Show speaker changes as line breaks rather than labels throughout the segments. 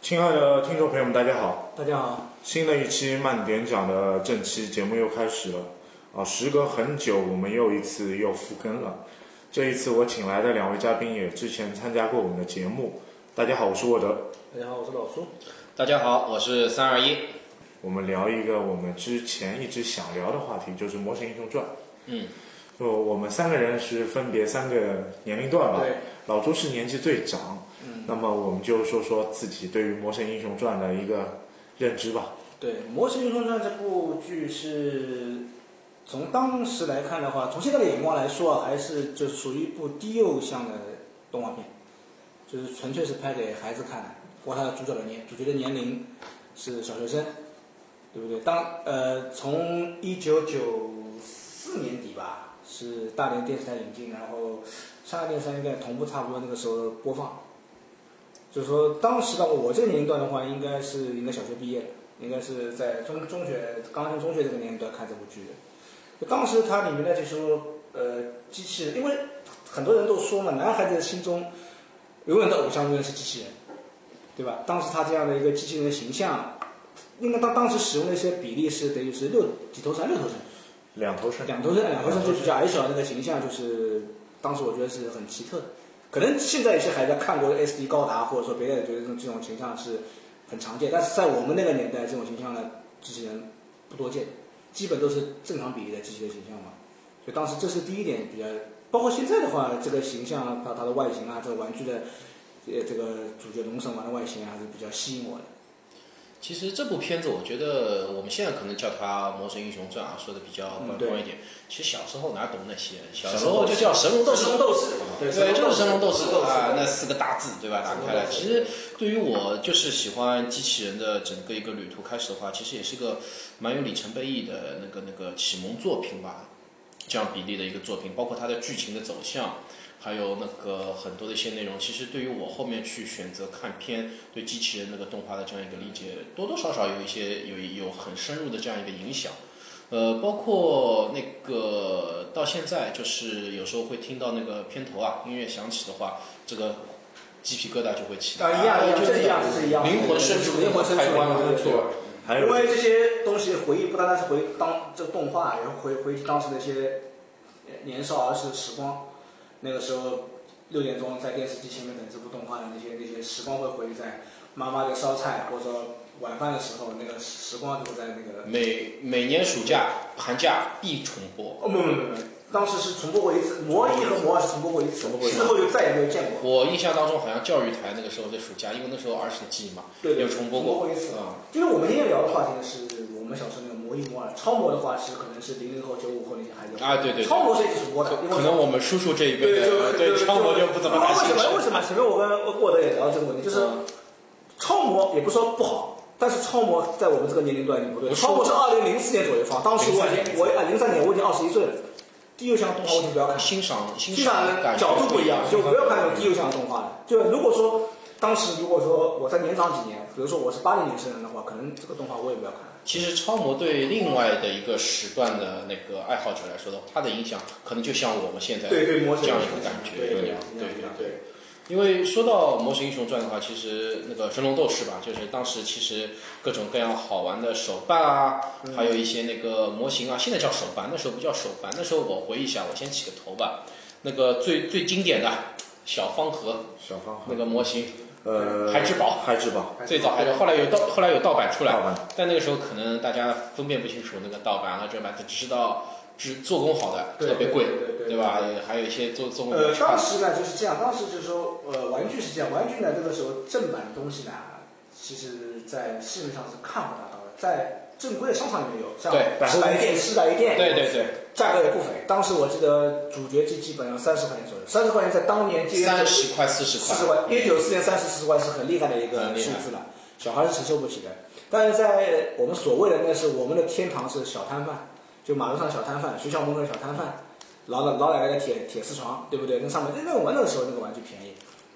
亲爱的听众朋友们，大家好！
大家好，
新的一期慢点讲的正期节目又开始了啊！时隔很久，我们又一次又复更了。这一次我请来的两位嘉宾也之前参加过我们的节目。大家好，我是沃德。
大家好，我是老苏。
大家好，我是三二一。
我们聊一个我们之前一直想聊的话题，就是《魔神英雄传》。
嗯，
就我们三个人是分别三个年龄段吧。
对，
老朱是年纪最长，
嗯，
那么我们就说说自己对于《魔神英雄传》的一个认知吧。
对，《魔神英雄传》这部剧是从当时来看的话，从现在的眼光来说啊，还是就属于一部低幼向的动画片，就是纯粹是拍给孩子看的。不过它的主角的年主角的年龄是小学生，对不对？当呃，从一九九四年底吧，是大连电视台引进，然后上海电视台应该同步差不多那个时候播放。就是说，当时的话，我这个年龄段的话，应该是应该小学毕业了。应该是在中中学刚上中学这个年龄段看这部剧的。就当时它里面呢，就是说，呃，机器人，因为很多人都说嘛，男孩子的心中永远的偶像永远是机器人，对吧？当时他这样的一个机器人的形象，应该当当时使用的一些比例是等于是六几头身，六头身。
两头身，
两头身，两头身就是比较矮小的那个形象，就是当时我觉得是很奇特的。可能现在有些孩子看过 SD 高达，或者说别的，觉得这种这种形象是很常见，但是在我们那个年代，这种形象呢，机器人不多见，基本都是正常比例的机器人形象嘛。所以当时这是第一点比较，包括现在的话，这个形象它它的外形啊，这个玩具的呃这个主角龙神丸的外形啊还是比较吸引我的。
其实这部片子，我觉得我们现在可能叫它《魔神英雄传》啊，说的比较
嗯
官
对
方一点。其实小时候哪懂那些？小
神
时
龙
候
斗
就
士
叫神龙斗士，
斗士，对，
对，就是神龙斗士
斗士
啊，那四个大字对吧？打开来，其实对于我就是喜欢机器人的整个一个旅途开始的话，其实也是个蛮有里程碑意义的那个那个启蒙作品吧，这样比例的一个作品，包括它的剧情的走向。还有那个很多的一些内容，其实对于我后面去选择看片，对机器人那个动画的这样一个理解，多多少少有一些有有很深入的这样一个影响。呃，包括那个到现在，就是有时候会听到那个片头啊，音乐响起的话，这个鸡皮疙瘩就会起。
啊，一样一样，这一样这是一样的，
灵魂深处，
灵魂深处，
开关
对对对
还有
因为这些东西回忆不单单是回忆当这个动画，然后回回忆当时的一些呃年少儿时的时光。那个时候六点钟在电视机前面等这部动画的那些那些时光会回忆在妈妈的烧菜或者说晚饭的时候，那个时光就会在那个
每每年暑假、寒假必重播。
哦不不不不，当时是重播过一次，魔一和魔二是重播过一次，之后就再也没有见过。
我印象当中，好像教育台那个时候在暑假，因为那时候儿时的记忆嘛，
对对
有重播
重播
过
过一次
啊、
就是我们今天聊的话题呢，是我们小时候那个魔一魔二，超模的话是可能是零零后、九五后那些孩子。
啊，对对对
超模是一直重播的，
可
因为
可能我们叔叔这一辈
对
的，
对啊
超模就不怎么感兴
为什么？为
趣。
什么？前面我跟沃德也聊到这个问题，就是
嗯
超模也不说不好，但是超模在我们这个年龄段已经不对。
我说
超模是二零零四年左右放，当时我已经我啊零三年我已经二十一岁了。第六项动画我已经不要看，
欣赏欣
欣赏
赏的
的
感觉
角度不一样，就不要看那种低
一
幼向的动画了。就如果说当时如果说我再年长几年，比如说我是八零年生人的话，可能这个动画我也不要看。
其实超模对另外的一个时段的那个爱好者来说的话，它的影响可能就像我们现在
对对，魔神
这样一个感觉
对对
一
对
样，对对
对
对。因为说到《魔神英雄传》的话，其实那个《神龙斗士》吧，就是当时其实各种各样好玩的手办啊，
嗯
还有一些那个模型啊，现在叫手办，那时候不叫手办。那时候我回忆一下，我先起个头吧。那个最最经典的小方盒
小
哦
方
那
盒，
个模型，
呃，
孩之宝
孩之宝，
最早还是后来有盗，后来有盗版出来
哦
盗，版
但那个时候可能大家分辨不清楚那个盗版和正版，只知道只做工好的
对
特别贵，
对对对对
吧？还有一些做做工
呃，
差
当
的。
时呢就是这样，当时就是说，呃，玩具是这样，玩具呢那个时候正版的东西呢，其实在市面上是看不到的，在正规的商场里面有，像
对
百货店、四百一店，
对对对，
价格也不菲。当时我记得主角机基本上三十块钱左右，三十块钱在当年接
三十块四十
四
块，
十块，因为九四年三十四十块是很厉害的一个
很厉害
数字了，小孩是承受不起的。但是在我们所谓的那是我们的天堂是小摊贩，就马路上的小摊贩，学校门口的小摊贩，老老老奶奶的铁铁丝床，对不对？那上面那我那个时候那个玩具便宜，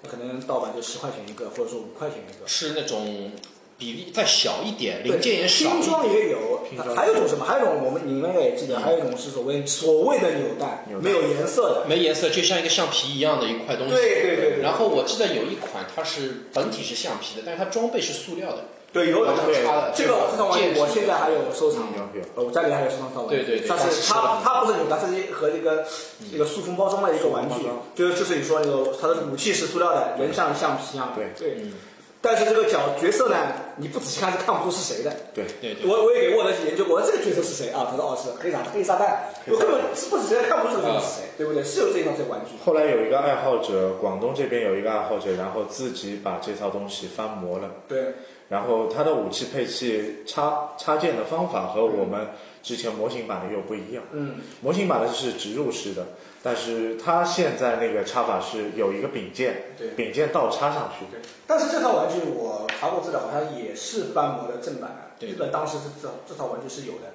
可能盗版就十块钱一个，或者说五块钱一个。
是那种比例再小一点，零件也
对
少
拼
一点。
装也有
拼装，
还有一种什么？还有一种我们你们应该也记得，还有一种是所谓所谓的扭蛋
扭，蛋
没有颜色的。
没颜色，就像一个橡皮一样的一块东西。
对对对对
然后我记得有一款板它是本体是橡皮的，但是它装备是塑料的，
对，有
往
的
上
对
插的
这个我知道，我
剑是
我现在还有收藏
嗯，有有
呃我家里还有收藏套玩具。
对对对
但
它
是
是
它
是的
它不是扭蛋，它是和这个这个塑封包装的一个玩具
塑封包装，
就是就是你说那个它的武器是塑料的，人像橡皮一样的。
对
对。但是这个角角色呢，你不仔细看是看不出是谁的。
对，
对对。
我我也给沃德去研究过，这个角色是谁啊？他说哦是黑撒黑撒旦，
黑
我
撒旦
根本是不仔细看不出这个是谁，对不对？是有这一套这个玩具。
后来有一个爱好者，广东这边有一个爱好者，然后自己把这套东西翻模了，
对
然后它的武器配器插插件的方法和我们之前模型版的又不一样。
嗯，
模型版的是植入式的，但是它现在那个插法是有一个柄件，
对
柄件倒插上去。
对。但是这套玩具我查过资料，好像也是翻模的正版的。
对
日本当时这套这套玩具是有的。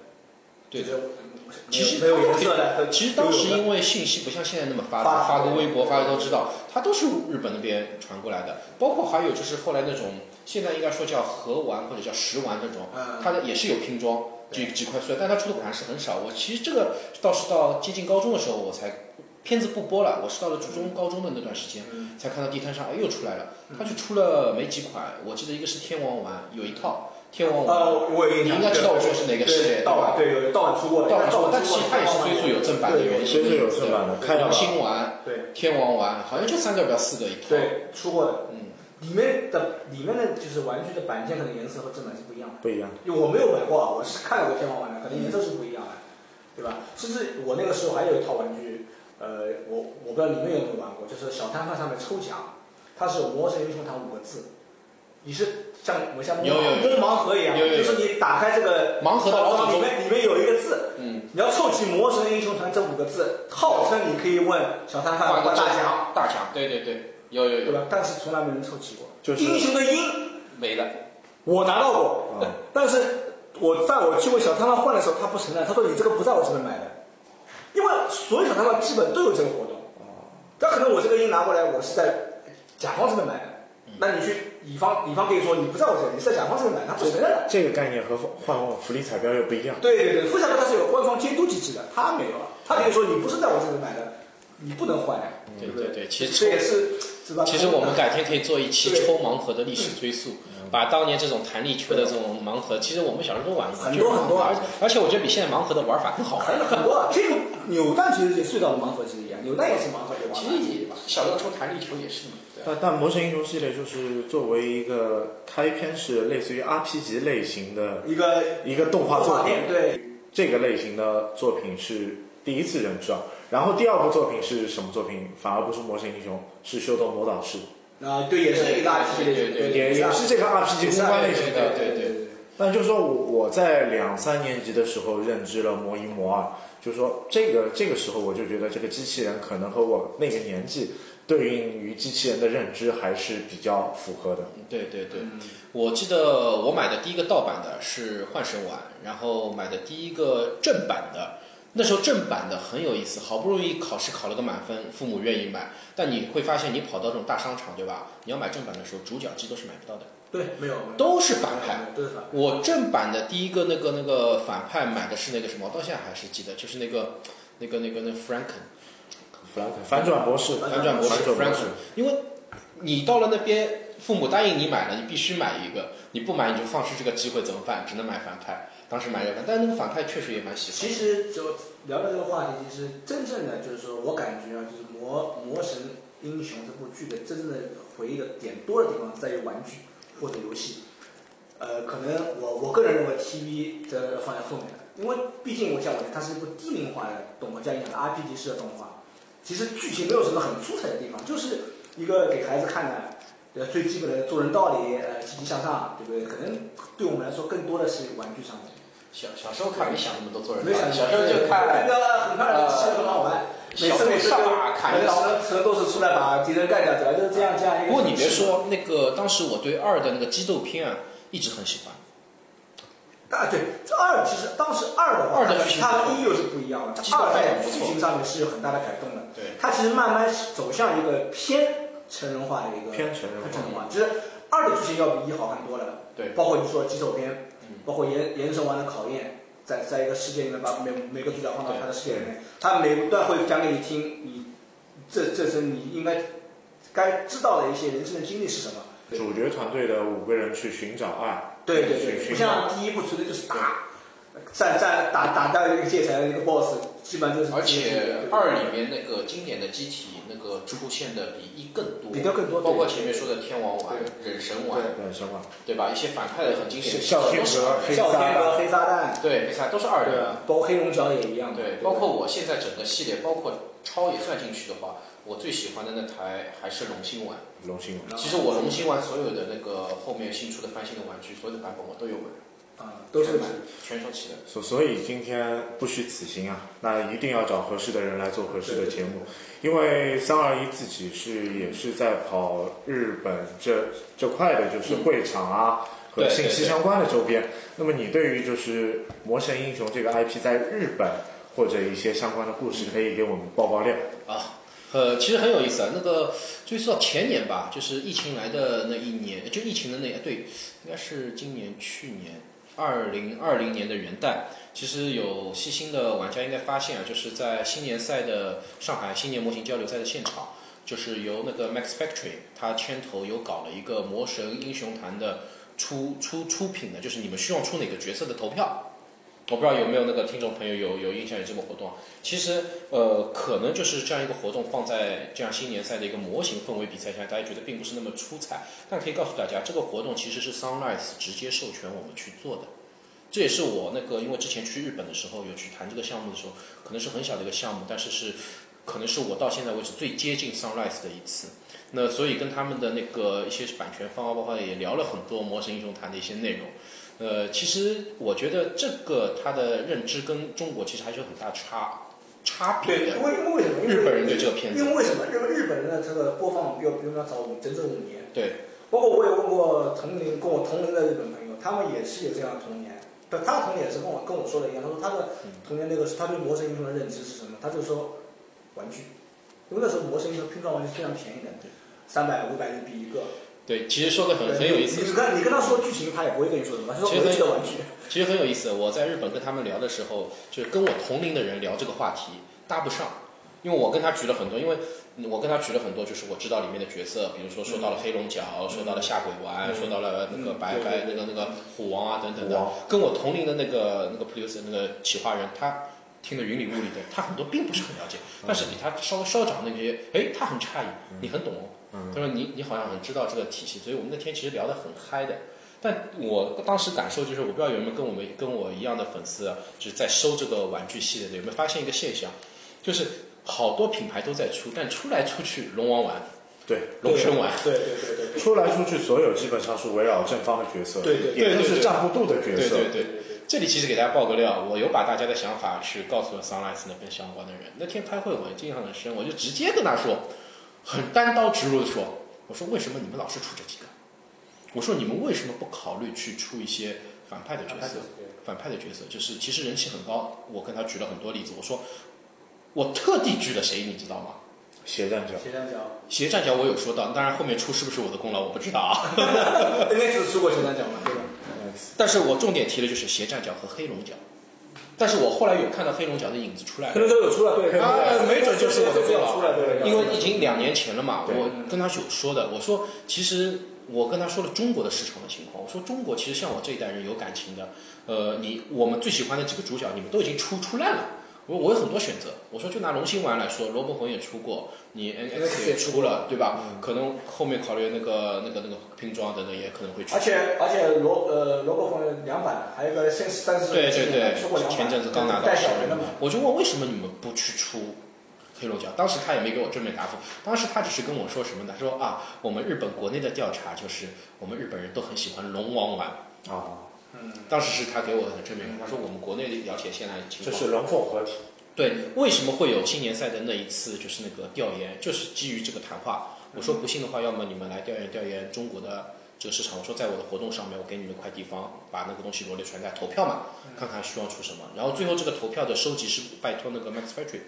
对
就是
其实
没有没有颜色的，
其实当时
有的
因为信息不像现在那么发
发
达，
达
发个微博发个都知道，它都是日本那边传过来的。包括还有就是后来那种，现在应该说叫盒玩或者叫食玩这种
嗯，
它的也是有拼装，
对
几几块碎，但它出的款式很少。我其实这个倒是到接近高中的时候我才。片子不播了，我是到了初中、高中的那段时间
嗯
才看到地摊上，哎，又出来了。它就出了没几款，我记得一个是天王丸，有一套天王丸，
呃，我也
你应该知道我说是哪个系
对
列对吧
盗版，对，有有盗版出过的，
盗版出过
但
但其实它也是追溯有正版的原因
追溯有正版的，
对
开到了
红心丸，
对
天王丸，好像就三个表四个一套。，
对出过的，
嗯，
里面的里面的就是玩具的板件可能颜色和正版是不一样的，
不一样。
因为我没有买过啊，我是看了过天猫玩的，可能颜色是不一样的，对吧？甚至我那个时候还有一套玩具，呃，我我不知道你们有没有玩过，就是小摊贩上面抽奖，它是有《魔神英雄堂》五个字，你是像我像
有有有
跟盲盒一样，
有有有
就是你打开这个
盲盒的老
包装里
祖宗
面里面有一个字。
嗯，
你要凑齐“魔神英雄团”这五个字，号称你可以问小摊贩换大奖，，
大奖，对对对，有有
对
有，
吧？但是从来没人凑齐过。
就是
英雄的英，
没了，
我拿到过，
嗯
但是我在我去问小摊贩换的时候，他不承认，他说你这个不在我这边买的，因为所有小摊贩基本都有这个活动。但可能我这个英拿过来，我是在甲方这边买的，那你去乙方，乙方可以说你不在我这里，你是在甲方这边买的，他不承认的。
这个概念和换福利彩标又不一样。
对对对，副产品它是有官方监督机制的，他没有啊，他可以说你不是在我这里买的，你不能换呀，
对
不嗯对
对对，其
这也
实
是是吧？
抽，其实我们改天可以做一期
对
抽盲盒的历史追溯。把当年这种弹力球的这种盲盒，其实我们小时候都玩过，
很多
就是
很多
盲盒而且我觉得比现在盲盒的玩法更好玩。
很很多啊，这个扭蛋其实也隧道的盲盒其实一样，扭蛋也是盲盒对吧？
其实也小时候抽弹力球也是嘛，对吧
但但魔神英雄系列就是作为一个开篇是类似于 RPG 类型的
一个
一个动画作品，
店，对，
这个类型的作品是第一次人知道。然后第二部作品是什么作品？反而不是魔神英雄，是修斗魔导士，
啊对，也是一大系列，
对对
也也是这个 RPG 公关类型的。
对对
对，
那就是说我我在两三年级的时候认知了魔一魔二，就是说这个这个时候我就觉得这个机器人可能和我那个年纪对应于机器人的认知还是比较符合的。
对对对，我记得我买的第一个盗版的是《幻神丸》，然后买的第一个正版的，那时候正版的很有意思，好不容易考试考了个满分，父母愿意买，但你会发现你跑到这种大商场，对吧？你要买正版的时候，主角机都是买不到的，
对，没有，
都是反派。，
都是反派，
我正版的第一个那个那个反派买的是那个什么，我到现在还是记得，就是那个那个那个那个 Franken。
弗兰肯反转博士，
反转博士
反转
f
博
r a n
士
k，因为你到了那边，父母答应你买了，你必须买一个，你不买你就放弃这个机会，怎么办？只能买反派。当时买了反，但是那个反派确实也蛮喜
其
欢。
实就聊到这个话题，其实真正的就是说我感觉啊，就是《魔魔神英雄》这部剧的真正的回忆的点多的地方在于玩具或者游戏。呃，可能我我个人认为 TV 这放在后面了，因为毕竟我讲我它是一部低龄化的动画，加一讲 RPG 式的动画，其实剧情没有什么很出彩的地方，就是一个给孩子看的，呃，最基本的做人道理，呃，积极向上，对不对？可能对我们来说更多的是玩具上面。
小小时候看没想那么多做人
没想
道，
到
小时候就看
那个很快的很好玩。每次每次
小时候上啊砍
每
一
次
刀。
蛇都是出来把敌人干掉，主要就是这样这样一个。
不过你别，说，那个当时我对二的那个激斗片啊，一直很喜欢。
啊对，这二其实当时二的话，
二的剧情
它和一又是不一样的，
激
它
动
二在
很不错
剧情上面是有很大的改动的，
对，
它其实慢慢走向一个偏成人化的一个
偏成人化
成人化，就是二的剧情要比一好看多了。
对
包括你说几手篇
嗯，
包括延延伸完的考验，在在一个世界里面把每每个主角放到他的世界里面，他每段会讲给你听，你这这是你应该
该知道的一些人生的经历是什么。
主角团队的五个人去寻找爱，
对对对，
去
不
寻找
像第一部纯粹就是打，战战打打到一个阶层一个 boss，基本上就是
而且二里面那个经典的机体那个出现的比一更多，
比的更多，
包括前面说的天王丸、忍神丸，
对什么？
对吧？一些反派的很经典的，
小
都
天
是
鹅
二
黑
笑
撒
天
旦
鹅、黑炸弹，
对，没啥，都是二
对
的。
啊，包括黑龙江也一样的，
对，
吧
包括我现在整个系列，包括超也算进去的话，我最喜欢的那台还是龙心丸。
龙心
然后
其实我龙心丸所有的那个后面新出的翻新的玩具，所有的版本我都有买，
啊都是
全
买
买，全收齐了。
所所以今天不虚此行啊，那一定要找合适的人来做合适的节目，因为三二一自己是也是在跑日本这这块的，就是会场啊、
对
和信息
对对
相关的周边。那么你对于就是魔神英雄这个 IP 在日本或者一些相关的故事，可以给我们爆爆料。
啊，呃，其实很有意思啊。那个追溯到前年吧，就是疫情来的那一年，就疫情的那对，应该是今年、去年，二零二零年的元旦。其实有细心的玩家应该发现啊，就是在新年赛的上海新年模型交流赛的现场，就是由那个 Max Factory 他牵头有搞了一个魔神英雄坛的出出出品的，就是你们希望出哪个角色的投票。我不知道有没有那个听众朋友有有印象有这个活动啊？其实呃，可能就是这样一个活动放在这样新年赛的一个模型氛围比赛下，大家觉得并不是那么出彩。但可以告诉大家，这个活动其实是 Sunrise 直接授权我们去做的。这也是我那个，因为之前去日本的时候有去谈这个项目的时候，可能是很小的一个项目，但是是可能是我到现在为止最接近 Sunrise 的一次。那所以跟他们的那个一些版权方啊，包括也聊了很多《魔神英雄坛》的一些内容。呃，其实我觉得这个它的认知跟中国其实还是有很大差差别
对，
的
因。为因为为什么？因为
日本人对这个片子
因为为什么日本日本人的这个播放要比我们要早我们整整五年？
对，
包括我也问过同龄跟我同龄的日本朋友，他们也是有这样的童年。不，他的童年也是跟我跟我说的一样，他说他的童年那个是他对魔神英雄的认知是什么？他就说玩具，因为那时候魔神英雄拼装玩具是非常便宜的
对，
三百五百日币一个。
对，其实说的很很有意思。
你跟你跟他说剧情，他也不会跟你说什么，他说
其实
我就记得玩具。
其实很有意思，我在日本跟他们聊的时候，就是跟我同龄的人聊这个话题搭不上，因为我跟他举了很多，因为我跟他举了很多，就是我知道里面的角色，比如说说到了黑龙角，说到了下鬼丸，
嗯
说到了那个
嗯
白
对
白、
对对
那个那个虎王啊等等
虎
的
王，
跟我同龄的那个那个 producer 那个企划人，他听得云里雾里的，他很多并不是很了解，但是比他稍稍长那些，哎，他很诧异，你很懂哦。
嗯嗯，
他说你你好像很知道这个体系，所以我们那天其实聊得很嗨的。但我当时感受就是，我不知道有没有跟我们跟我一样的粉丝，啊，就是在收这个玩具系列的，有没有发现一个现象，就是好多品牌都在出，但出来出去龙王丸、
对，
龙神丸，
对对对对
出来出去所有基本上是围绕正方的角色，
对对
也
对
就
对
是
对
站不住的角
对
色，
对
对。
对
对对。
这里其实给大家爆个料，我有把大家的想法去告诉了 Sunrise 那边相关的人。那天开会我印象很深，我就直接跟他说，很单刀直入的说，我说为什么你们老是出这几个？我说你们为什么不考虑去出一些反派的角色？反派的角色，就是其实人气很高。我跟他举了很多例子，我说我特地举了谁，你知道吗？
斜站角。
斜三角，
斜站角我有说到，当然后面出是不是我的功劳我不知道啊。
应该就是出过斜三角嘛，对吧？
但是我重点提的就是斜站角和黑龙角。但是我后来有看到黑龙角的影子出来了
可，能都有出了，对，
啊没准就是我的功劳
出来，对，
因为已经两年前了嘛，
对
我跟他是有说的，我说其实我跟他说了中国的市场的情况，我说中国其实像我这一代人有感情的，呃，你我们最喜欢的几个主角，你们都已经出出烂了。我我有很多选择，我说就拿龙心丸来说，罗伯魂也出过，你 N X 也出了，对吧？可能后面考虑那个那个那个拼装等等，也可能会出
而。且而且罗呃罗伯红两版，还有一个三三十
对对对
出过两，版，
前阵子刚拿到
带
手
小人的嘛，
我就问为什么你们不去出黑龙江？当时他也没给我正面答复，当时他只是跟我说什么呢？他说啊，我们日本国内的调查就是我们日本人都很喜欢龙王丸。
啊，
嗯，
当时是他给我的正面，他说我们国内了解现在情
这
况，
是龙凤合体，
对为什么会有新年赛的那一次就是那个调研，就是基于这个谈话。我说不信的话，要么你们来调研调研中国的这个市场。我说在我的活动上面，我给你们一块地方，把那个东西罗列出来，大家投票嘛，看看希望出什么。然后最后这个投票的收集是拜托那个 Max Factory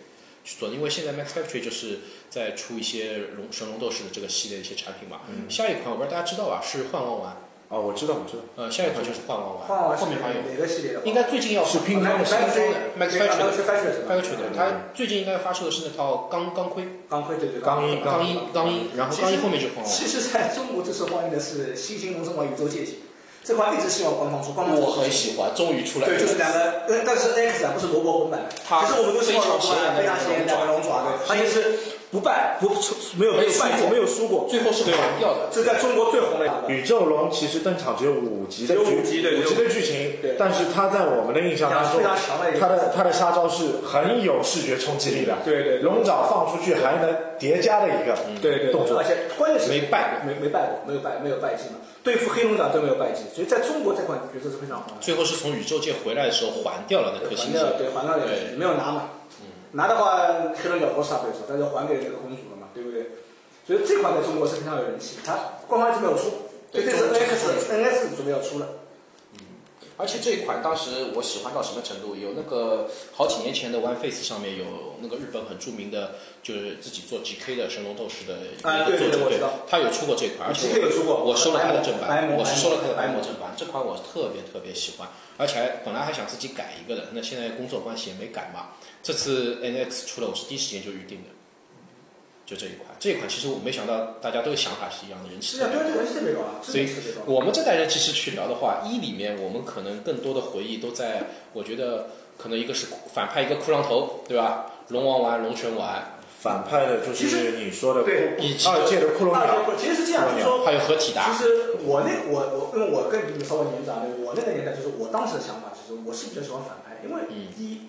去做，因为现在 Max Factory 就是在啊出一些龙神龙斗士的这个系列的一些产品嘛。下一款我不知道大家知道吧，是幻王丸，
啊，我知道，我知道，
呃，下一款就是换完完，
换完
后面还有，
哪个系列的话？
应该最近要
是拼
发
装
售
的
新装的 Max
对
f
啊
a c t u r e
那个是 Fashion 是
f
吧
a c t u r e 的，它最近应该发售的是那套钢钢盔，
钢盔对对
钢一
钢一钢一，然后钢一后面就换完。
其实在中国这次欢迎的是《新型龙之王宇宙界限》，这款一直希望官方出，官方出
我很喜欢，终于出来了。
对，就是两个，但但是 X 啊不是萝卜混版，
它
其实我们都希望萝卜
非常
非常
显
显
眼
眼
的
两个
那种
龙
爪
爪，对，
对
而且是不败不没有
没
没
有
有
败
败
过
过，没有输过，
最后是反掉的，
这是在中国最红的一款。
宇宙龙其实登场只有五集的
啊只有
剧
五集对
五集的剧情
对，
但是它在我们的印象当中
非常强的一，个
它的它的杀招是很有视觉冲击力的。
对对对嗯
龙爪放出去还能叠加的一个
对对
动作
而。且关键是
没败过
没没败过，没有败没有败绩嘛，对付黑龙角都没有败绩，所以在中国这款角色是非常红的。
最后是从宇宙界回来的时候还掉了那颗
还
星
掉
星。
对还掉
对嗯
了，没有拿嘛。拿的话，黑龙角不是杀对手，但是还给那个公主了嘛，对不对？所以这款在中国是非常有人气，它官方一直没有出，
对
就这次
中国这次
NS NS 准备要出了。
而且这一款当时我喜欢到什么程度？有那个好几年前的 One Face 上面有那个日本很著名的，就是自己做 GK 的神龙斗士的
啊
一个
对对对
作者，
我知道
他有出过这款，而且
GK 有出过
我收了他的正
白
版，
魔
我是收了他的
白
白
魔
魔正版，这款我特别特别喜欢，而且还本来还想自己改一个的，那现在工作关系也没改嘛。这次 NX 出了，我是第一时间就预定的，就这一款。这一款其实我没想到大家都想法是一样的，人气
是啊，对对，人气特别高啊，
所以
真的特别高。
我们这代人其实去聊的话，一里面我们可能更多的回忆都在，我觉得可能一个是反派，一个骷髅头，对吧？龙王丸、龙拳丸，
反派的就
其
是
实
你说的
对
骷
以及
二界的骷髅
啊
鸟，
不其实是这样，就是说
还有合体
其
达，
实我那我我因为我跟比你稍微年长，我那个年代就是我当时的想法就是我是比较喜欢反派，因为
嗯
第一，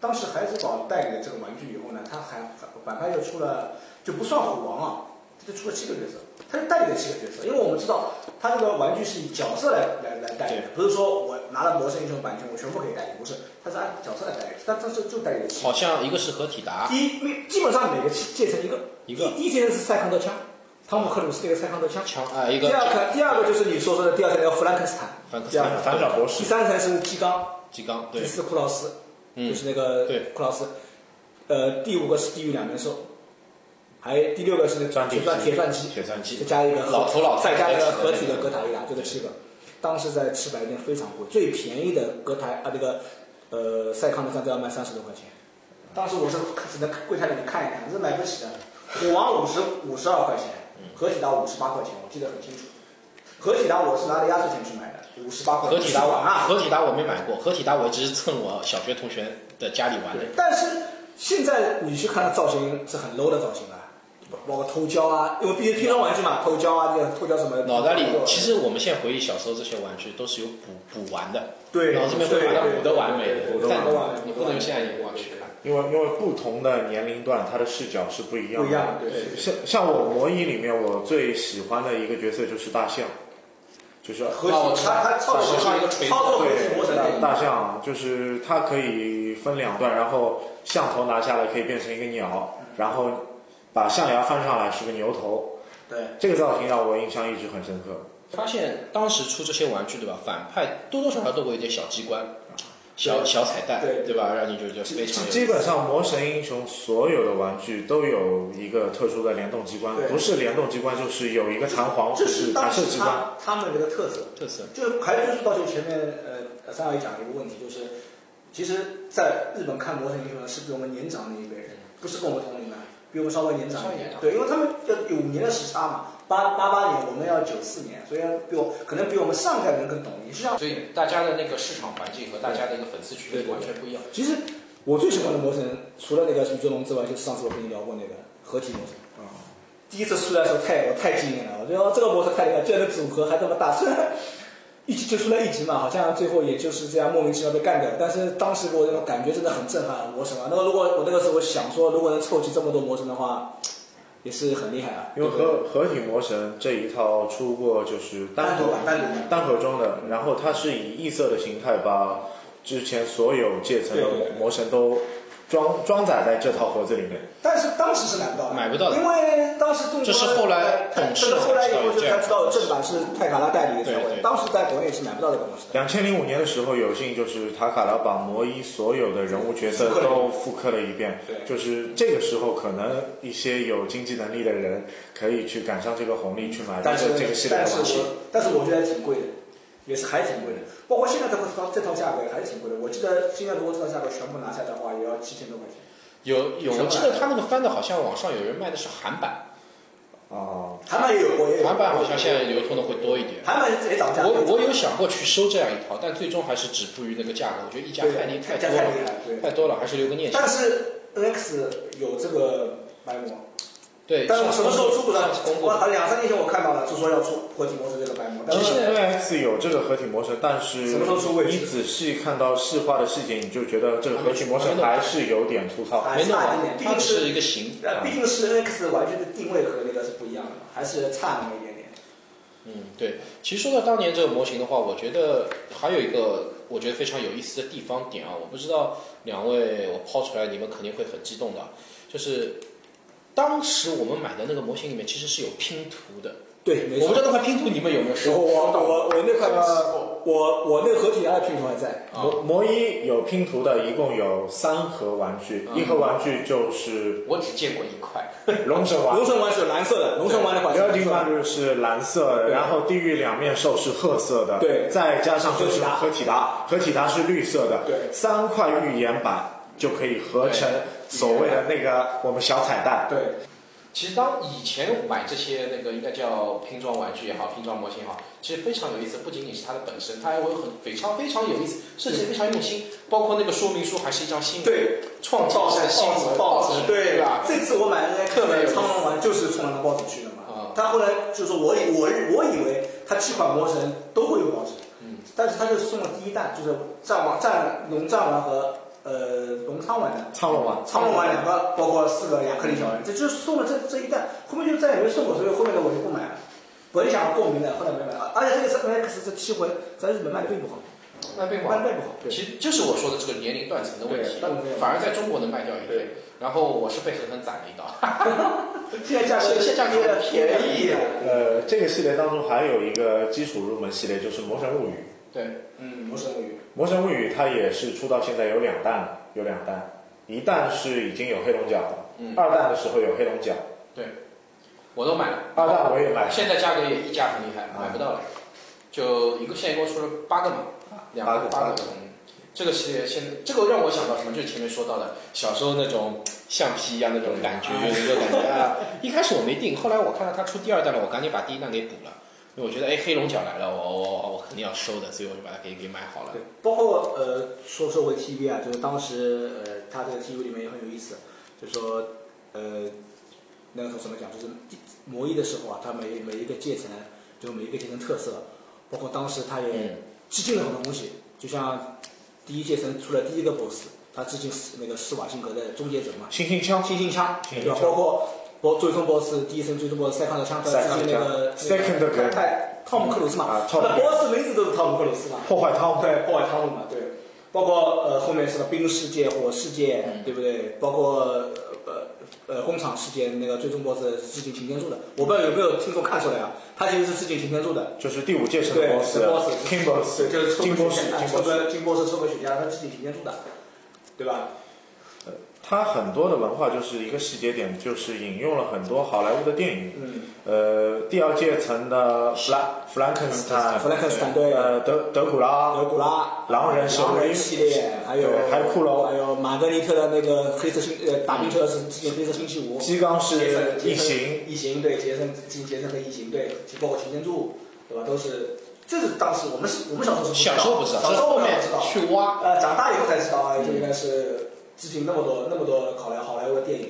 当时孩子宝代理了这个玩具以后呢，他还反派就出了就不算虎王啊，他就出了七个角色，他就代理了七个角色，因为我们知道他这个玩具是以角色来来来代理的，不是说我拿了魔神英雄版权我全部可以代理，不是，他是按角色来代理，他当时就代理了七个。
好像一个是合体达，
第一，每基本上每个阶层一个，
一个
第一阶层是塞康德枪，汤姆克鲁斯那个塞康德枪。
枪啊、一
第
个
二个，第二个就是你所说的第二层叫弗兰肯斯坦，
反克
第
斯
二
坦
个
反转博士
第，三层是基冈，
金刚，对
第，四库劳斯，
嗯
就是那个
对
库劳斯，呃，第五个是地狱两面兽，还有第六个是那
钻
个
铁
铁钻铁钻机，
铁钻机
再加一个合
老头老太
再加一个合体
对
的格塔利达，就这七个。当时在吃白店非常贵，最便宜的格塔啊那个呃赛康的三都要卖三十多块钱。当时我是只能柜台里面看一看，是买不起的。虎王五十五十二块钱，合体达五十八块钱，我记得很清楚。合体达我是拿着压岁钱去买的，五十八块。
合体达我
啊，
合体达我没买过，合体达我一直是蹭我小学同学的家里玩的，
但是现在你去看它造型是很 low 的造型啊，包括偷胶啊，因为毕竟拼装玩具嘛，偷胶啊，这个偷胶什啊么的。
脑袋里其实我们现在回忆小时候这些玩具都是有补补完的，
对
脑子里面会
对
把它
对
补的完美的
补，得
但
完美
你不能用现在眼光去看。
因为因为不同的年龄段，它的视角是不一样的。
不一样，对
对
像像我魔影里面，我最喜欢的一个角色就是大象，就是
合
哦我
体
知道
它它操
手
作
上一个锤子
操作合体模式
对，大象就是它可以分两段，然后象头拿下来可以变成一个鸟，然后把象牙翻上来是个牛头，
对。
这个造型让我印象一直很深刻。
发现当时出这些玩具，对吧？反派多多少少都会有一点小机关、小小彩蛋，
对
对吧？让你就觉得非常有
基本上魔神英雄所有的玩具都有一个特殊的联动机关，
对
不是联动机关就是有一个弹簧，
这
就是是弹
当
射
时
机关。
他他们这个特色。
特色。
就还追溯到就前面呃三阿姨讲的一个问题，就是其实在日本看《魔神英雄》的是比我们年长的一辈人，不是跟我们同龄的，比我们稍微年长一点
稍微年长。
对，因为他们要有五年的时差嘛，八八八年，我们要九四年，所以比我可能比我们上一代人更懂。你是像
所以大家的那个市场环境和大家的一个粉丝群
对
体
对
完全不一样。
其实我最喜欢的魔神，除了那个宇宙龙之外，就是上次我跟你聊过那个合体魔神。第一次出来的时候太我太惊艳了，我觉得哦这个魔神太厉害，居然的组合还这么大，虽然一集就出来一集嘛，好像最后也就是这样莫名其妙被干掉，但是当时给我那种感觉真的很震撼，魔神啊！那个如果我那个时候想说，如果能凑齐这么多魔神的话，也是很厉害啊。
因为
对不对
合合体魔神这一套出过就是单
单
盒
独版单独版
单盒装的，然后它是以异色的形态把之前所有阶层的
对对对
魔神都装装载在这套盒子里面。
但是当时是买不到的，
买不到的
因为当时中国
这是后来
对
懂事了
后来以后就
才知道有这
才知道正
样
版是泰卡拉代理的才
对
会，
对
当时在国内是买不到这个东西的。
两千零五年的时候，有幸就是塔卡拉把魔一所有的人物角色都复刻了一遍。
对
就是这个时候，可能一些有经济能力的人可以去赶上这个红利，去买这
但是
个这个系列
但
的
是
玩具
我。但是我觉得还挺贵的，也是还挺贵的。包括现在这套这套价格也还是挺贵的，我记得现在如果这套价格全部拿下的话，也要七千多块钱。
有有，我记得他那个翻的好像网上有人卖的是韩版，
哦，
韩版也有过，也有过
韩版好像现在流通的会多一点。
韩版也涨价。
我我有想过去收这样一套，但最终还是止步于那个价格。我觉得溢价
对
太厉
太
多
太
了，
厉害了，对。
太多了，还是留个念想。
但是 NX 有这个白膜，
对，
但是
上
什么时候出不知道
上次公。布
我好像两三年前我看到了，就说要出合体模式这个白膜，但
其实
是
NX 有这个合体模式，但是
什么时候出位置
你仔细看到细化的细节，你就觉得这个合体模式
还没弄
还是有点粗糙。
还
没弄
差一
完
点，，毕
它
竟
只是
是
一个型。
呃毕竟是 NX 玩具的定位和那个是不一样的，还是差那么一点点。
嗯，对。其实说到当年这个模型的话，我觉得还有一个我觉得非常有意思的地方点啊，我不知道两位我抛出来，你们肯定会很激动的，就是当时我们买的那个模型里面其实是有拼图的，
对，没
我不知道那块拼图你们有没有收
我我
到？
我我那块我我那合体的拼图还在，
啊
魔魔一有拼图的，一共有三盒玩具，
嗯
一盒玩具就是
我只见过一块。
龙神丸
龙。神丸是蓝色的，龙神丸的话是
标
蓝
定
色
曼
的，
律是蓝色，
对
然后地狱两面兽是褐色的，
对
再加上就是
合
合体达，合体达是绿色的，
对
三块预言版就可以合成所谓的那个我们小彩蛋。
对，
其实当以前买这些那个应该叫拼装玩具也好，拼装模型也好，其实非常有意思，不仅仅是它的本身，它还会很非常非常有意思，设计得非常用心，包括那个说明书还是一张新闻，
对，
创造
报
的
纸
新闻
报
纸，
对
吧？
这次我买的那个苍龙丸就是冲那个报纸去的嘛
啊。
他后来就说我以我以我以为他七款魔神都会有报纸，
嗯，
但是他就送了第一弹，就是战王战龙战丸和呃龙苍丸的。
苍龙丸，
苍龙丸两个，包括四个亚克力小人，这就是送了这这一弹，后面就再也没送过，所以后面的我就不买了。本来想要共鸣的，后来没买了。而且这个三 X 这七魂在日本卖的并不好，
那并
卖的并不好。
其实就是我说的这个年龄断层的问题
对断层的问，题
反而在中国能卖掉一
对
点，然后我是被狠狠宰了一刀。
现在价格
现在价格
的便
便
宜啊
宜，
呃，这个系列当中还有一个基础入门系列就是魔神物语，
对，
嗯，魔神物语，
魔神物语它也是出到现在有两弹了，有两弹，一弹是已经有黑龙角了，
嗯，
二弹的时候有黑龙角，
我都买了。
啊
二弹我也买了，
现在价格也溢价很厉害，
啊
买不到了。就一个现在一共出了八个嘛，啊两
八
个
个
八
八
个。嗯这个系列现在，这个让我想到什么？就是前面说到的小时候那种橡皮一样那种感觉，有一个感觉啊。一开始我没定，后来我看到它出第二弹了，我赶紧把第一弹给补了，因为我觉得哎黑龙角来了，我我我肯定要收的，所以我就把它给给买好了。
对，包括呃说说回 TV 啊，就是当时呃他这个 TV 里面也很有意思，就说呃那个时候怎么讲，就是魔一的时候啊，它每每一个阶层就每一个阶层特色，包括当时他也
嗯，
致敬了很多东西，就像第一阶层出了第一个 BOSS，他致敬斯那个施瓦辛格的终结者嘛，
星星枪，
星星枪，
星
对
星
吧？
枪
包括包最终 BOSS 第一层最终 BOSS 塞康的枪，他致敬那个
塞康的枪
那个
Second Gun
泰汤姆克鲁斯嘛，
啊
那
，Tom
BOSS 名字都是汤姆克鲁斯嘛，
破坏汤姆，
对，破坏汤姆嘛，对。包括呃后面什么冰世界、火世界，
嗯
对不对？包括呃呃呃工厂世界那个最终 BOSS 是致敬擎天柱的，我不知道有没有听众看出来啊？他其实是致敬擎天柱的，
就是第五届城
对
的 boss
是 boss
King boss
对，就是抽
金
根
波
血
士
浆，
金
抽
波士。
根金波士抽个血浆，他自己体验住的，对吧？
它很多的文化就是一个细节点，就是引用了很多好莱坞的电影，
嗯，
呃，第二阶层的弗兰弗兰肯斯坦，
弗兰肯斯坦对，
呃，德德古拉，
德古拉、
狼人首
狼人
领
系列，还有
对还有骷髅
还有玛格丽特的那个黑色星呃大冰车是之前黑色星期五，
基冈
杰
是
森
异形，，
异形对杰森金杰森和异形对，包括擎天柱，对吧？都是这是当时我们是我们小时候是
小时候不知道，
小
是
时候
后
不
面
知道，
去挖。
呃，长大以后才知道啊，就应该是致敬那么多那么多好莱好莱坞的电影，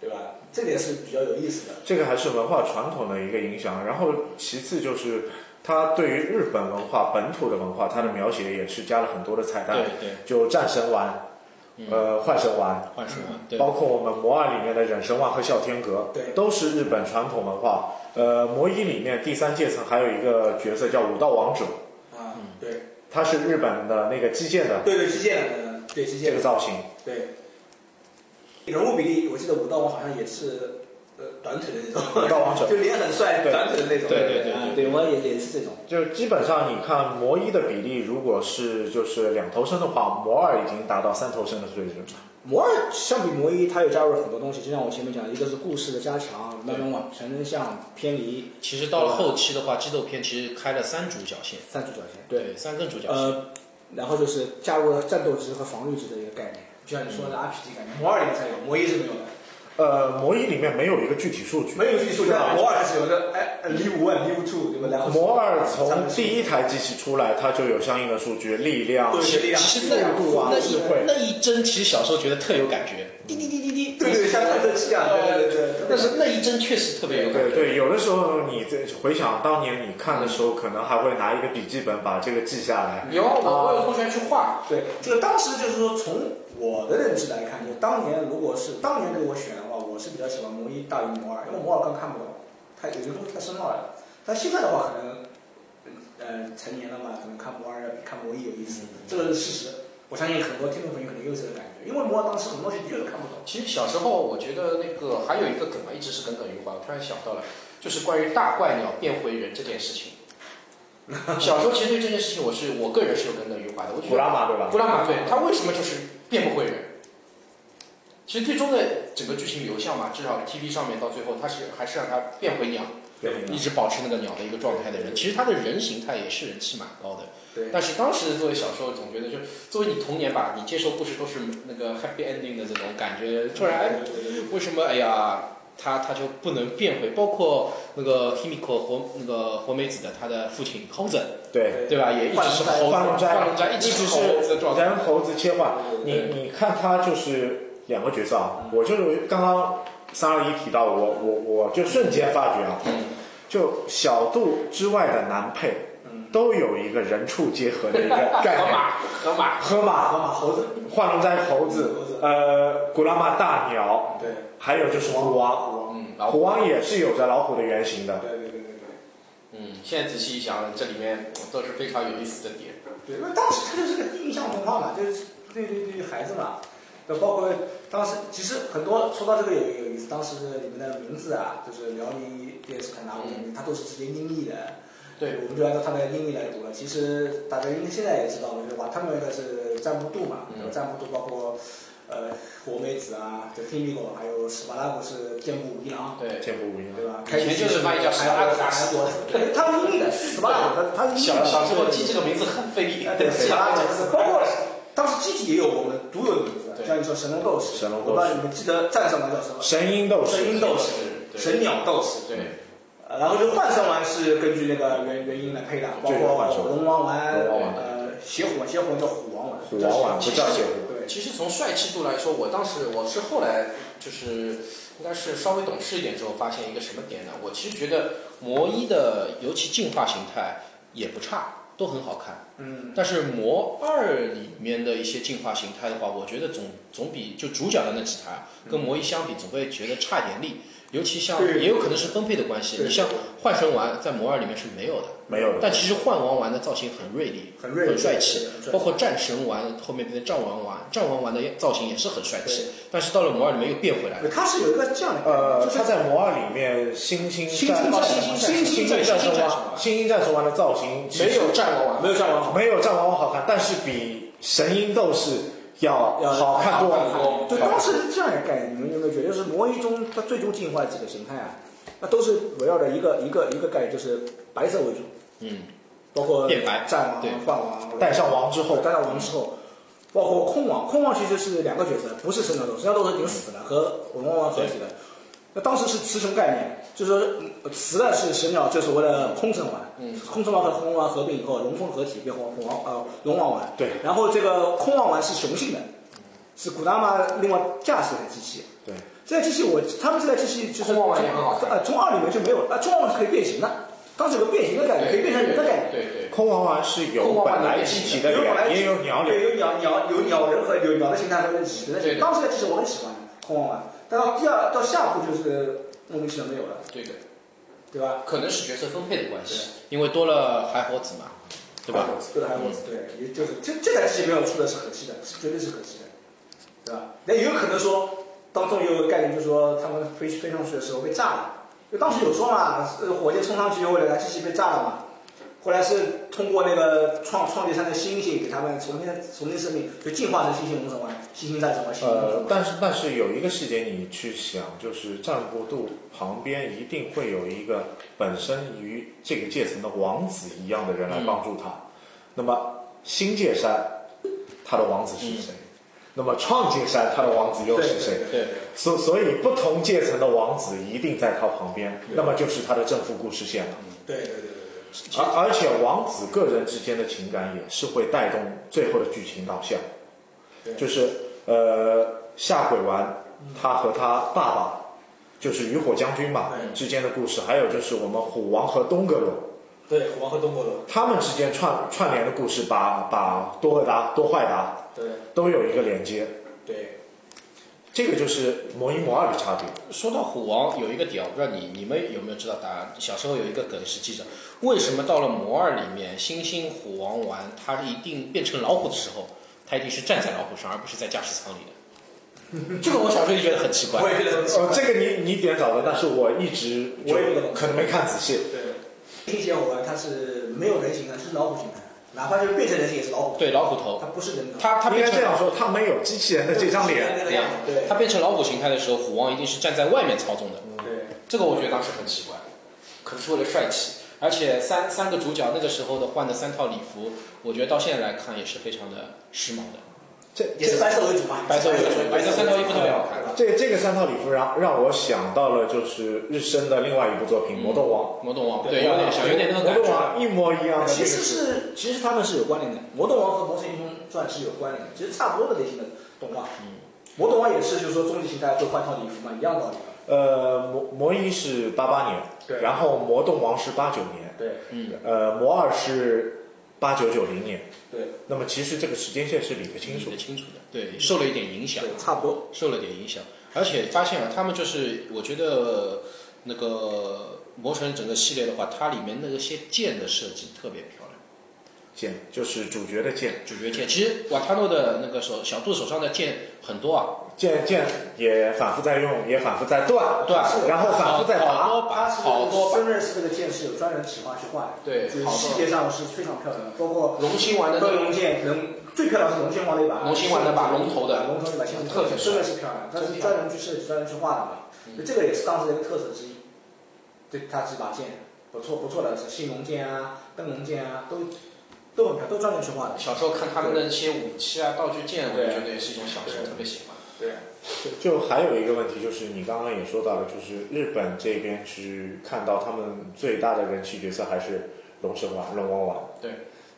对吧？这点是比较有意思的。
这个还是文化传统的一个影响。然后其次就是它对于日本文化本土的文化，它的描写也是加了很多的彩
对
蛋，
对，
就战神丸，
嗯，
呃，幻神丸，
换什么？对，
包括我们魔二里面的忍神丸和啸天阁，
对
都是日本传统文化。呃，魔一里面第三阶层还有一个角色叫武道王者，
啊
嗯，
对，
他是日本的那个击剑的
对对，击剑的，对击
这
剑
个
的，
造型。
对，人物比例，我记得武道王好像也是呃短腿的那种，
武道王者
就脸很帅，
对
短腿的那种。
对对
啊对我也也是这种。
就基本上你看魔一的比例，如果是就是两头身的话，魔二已经达到三头身的水准。
魔二相比魔一，它又加入了很多东西，就像我前面讲的，一个是故事的加强，慢慢往全真相偏离
其实到了后期的话，激斗片其实开了三主角线，
三主角线。
对，三根主角线。
呃，然后就是加入了战斗值和防御值的一个概念。
就像你说的 RPG 感觉，魔二里面才有，魔一是没有的。
呃，魔一里面没有一个具体数据，
没有技术，但魔二是有的。哎，Live One、Live Two，对吧？然后
魔二从第一台机器出来，它就有相应的数据，力量、
对
其
力量
其实那
速度啊
那
智
一
慧
那一帧，其实小时候觉得特有感觉，滴滴滴滴滴。
对对，像探测器一样，对对对对。
但是那一帧确实特别有感
对
觉。
对，有的时候你这回想当年你看的时候，可能还会拿一个笔记本把这个记下来。
有
啊
我我有
同学去画，对，就是当时就是说，从我的认知来看，就当年如果是当年给我选的话，我是比较喜欢魔一大于魔二，因为魔二刚看不懂，太有些东西太深奥了。但现在的话，可能呃成年了嘛，可能看魔二要比看魔一有意思，
嗯
这个是事实。我相信很多听众朋友可能也有这个感觉，因为魔二当时很多东西的确是看不懂。
其实小时候我觉得那个还有一个梗啊，一直是耿耿于怀。我突然想到了，就是关于大怪鸟变回人这件 事情。小时候其实对这件事情，我是我个人是有耿耿于怀的。
嗯
我觉
古
得
拉玛对吧？
布拉马对他为什么就是变不回人？其实最终的整个剧情流向嘛，至少 TV 上面到最后，他是还是让他变回鸟，
对
一直保持那个鸟的一个状态的人。其实他的人形态也是人气蛮高的。
对
但是当时作为小时候，总觉得就是作为你童年吧，你接受故事都是那个 happy ending 的这种感觉，突然哎为什么？哎呀，他他就不能变回，包括那个 Himiko 活那个活美子的他的父亲 h o z e n
对，
对吧？也一直是猴
放龙
子，
斋
放龙斋一直
一直
是
是
猴子的状态。
人猴子切换，你你看他就是两个角色啊，我就是刚刚三二一提到我我我就瞬间发觉啊，
嗯
就小度之外的男配
嗯
都有一个人畜结合的一个 概
河
念，
马，河马，
河马、
河马猴子，
化龙斋猴子
猴子、
呃古拉玛大鸟，
对
还有就是虎王，
嗯，然后
虎王也是有着老虎的原型的，
对对对对对。
嗯，现在仔细一想，这里面都是非常有意思的点。
对，因为当时它就是个印象文化嘛，就是对对对孩子嘛，就包括当时其实很多说到这个有有意思，当时你们的名字啊，就是辽宁电视台拿过来的名字，它都是直接音译的。
嗯对，
我们就按照它的音译来读了。其实大家应该现在也知道了，就是瓦他们那个是占卜度嘛，然
嗯
后占卜度包括呃火美子啊，就 k i m i o 还有史巴拉古是剑步一郎，
对，
见不无一样
对。吧？
以前就是翻译叫史巴拉古
韩国，对，他们音译的史巴拉古，他他音译的
小小时候记这个名字很费力
啊，，对，是
是
啊，
吧
包括当时机体也有我们独有的名字，啊
对
像你说神龙斗士，
神龙斗士
我不知道你们记得战神吗？叫什么？
神鹰斗士
神，鹰斗士、
对
神鸟斗士，
对，
呃然后就幻兽丸是根据那个原原因来配的，包
对幻
括
兽丸
龙王丸，
龙王丸
呃，邪火丸邪火丸叫虎王丸，
虎王啊碗不叫邪虎，
对，
其实从帅气度来说，我当时我是后来就是应该是稍微懂事一点之后，发现一个什么点呢？我其实觉得魔一的尤其进化形态也不差，都很好看。
嗯，
但是魔二里面的一些进化形态的话，我觉得总总比就主角的那几台啊跟魔一相比，总会觉得差点力。尤其像
对
也有可能是分配的关系，
对
你像幻神丸在魔二里面是没有的，
没有的。
但其实幻王丸的造型很锐利，
很锐利
很帅气
对很帅，气
包括战神丸后面变成战王丸，战王丸的造型也是很帅气，但是到了魔二里面又变回来了。
对，它是有一个这样的概念，
呃，
就是
他在魔二里面，星星
星
战
星战
星星
星星
战
战
士
士
湾，啊星星战士湾的造型其
没
实
有战王丸，
没有战王好，
没有战王王好看，但是比神鹰斗士要
要
好看多
好看
了。
多
就当时是这样一个概念，你们有没有觉得，就是魔一中它最终进化几个形态啊，那都是围绕着一个一个一个概念，就是白色为主，
嗯，
包括
变白
战王
对、
幻王、
戴上王之后，
戴上王之后，包括空王，空王其实是两个角色，不是神鸟斗，神鸟斗士已经死了，和文王王合体了。那当时是雌雄概念，就是说嗯雌的是神鸟，就是所谓的空神丸，
嗯，
空神丸和红王合并以后，龙凤合体变红王呃龙王丸，
对，
然后这个空王丸是雄性的，是古达玛另外驾驶的机器，
对，
这台机器我他们这台机器就是
空王丸也很好看
呃，从二里面就没有了，啊，中王丸是可以变形的，当时有个变形的概念，可以变成人的概念。
对对，
空王丸是有
空王丸
本来
也
机
是
体的
有本来
脸，也有鸟脸。
对，有鸟鸟有鸟人和有鸟的形态和人的形态
对的
当时的其实我很喜欢空王丸，但到第二到下部就是莫名其妙没有了，
对对的，
对吧？
可能是角色分配的关系，因为多了海火子嘛，对吧？？
对的，还有我对，也就是这这台机器没有出的是可惜的，是绝对是可惜的，对吧？那也有可能说当中有一个概念，就是说他们飞飞上去的时候被炸了，因为当时有说嘛，呃火箭冲上去以后，燃气器被炸了嘛。后来是通过那个创创建山的星星，给他们重新重新生命，就进化成星星红神丸、星星战神丸、星星红
呃
神，丸。
但是但是有一个细节你去想，就是战国渡旁边一定会有一个本身与这个阶层的王子一样的人来帮助他。那么新界山，他的王子是谁？那么创界山，他的王子又是谁？
对
对，
所所以不同阶层的王子一定在他旁边，那么就是他的正负故事线了。
对对对对对
啊
而而且王子个人之间的情感也是会带动最后的剧情导向，
对嗯
就是呃下鬼丸他和他爸爸就是雨火将军嘛
嗯
之间的故事，还有就是我们虎王和东葛罗
对，对，虎王和东国罗，
他们之间串串联的故事把，把多个达多坏达
对
都有一个连接，
对，
这个就是魔一魔二的差别。
说到虎王，有一个点，我不知道你你们有没有知道答案。小时候有一个梗是记着，为什么到了魔二里面，猩猩虎王丸它一定变成老虎的时候，它一定是站在老虎上，而不是在驾驶舱里的。这个我小时候就觉得很奇怪
我。也觉得很奇
哦
怪，。
这个你你点找的，但是我一直就
我也不懂
可能没看仔细。
对，星星红丸它是没有人形的，是老虎形态，哪怕就是变成人形也是老虎，
对，老虎头，
它不是人头。
它它
应
变
该
成
这样说，他没有机器人的这张脸，
那个样子，对
它变成老虎形态的时候，虎王一定是站在外面操纵的。
对。
这个我觉得当时很奇怪，可能是为了帅气。而且三三个主角那个时候的换的三套礼服，我觉得到现在来看也是非常的时髦的。
这
也是白色为主嘛，
白色为主白色三套衣服特别好看
看。
这这个三套礼服让让我想到了就是日升的另外一部作品《
嗯
魔斗王啊
魔动王
对
对，有点像，有点那》，
魔
个感觉呃
斗。王一模一样的
其
这个
实是，其实他们是有关联的，《魔动王》和《魔神英雄传》是有关联的，其实差不多的类型的动画。
嗯
魔动王也是，就是说终极形态会换套礼服嘛，一样道理嘛。
呃魔魔一是八八年，
对
然后魔动王是八九年，
对
嗯，
呃魔二是八九九零年。
对
那么其实这个时间线是理得清楚
理得，清楚的，对，受了一点影响，
对，差不多。
受了点影响，而且发现啊，他们就是我觉得那个魔神整个系列的话，它里面那些剑的设计特别漂亮，
剑就是主角的剑，
主角剑，其实瓦塔诺的那个手小度手上的剑很多啊，
剑剑也反复在用，也反复在断，
对吧？
是
然后反复在拔。
好多
它
把，
是
好多把，
深圳市这个剑是有专人企划去换的，
对
就是
好多
细节上是非常漂亮的，包括
龙心丸的那
跟
个
龙剑，龙最漂亮是龙剑王的一把，
龙心丸的把龙头的
龙头一把仙
特别漂亮
真的是漂亮，它是专人去设计、专人去画的嘛，
嗯
就这个也是当时的一个特色之一。对，它几把剑不错不错的，是新龙剑啊、灯笼剑啊，都都很漂亮，都专人去画的。
小时候看他们的那些武器啊、道具剑，我就
对
觉得也是一种享受，
对
特别喜欢。
对，
就还有一个问题，就是你刚刚也说到了，就是日本这边去看到他们最大的人气角色还是龙神丸、龙王丸。
对。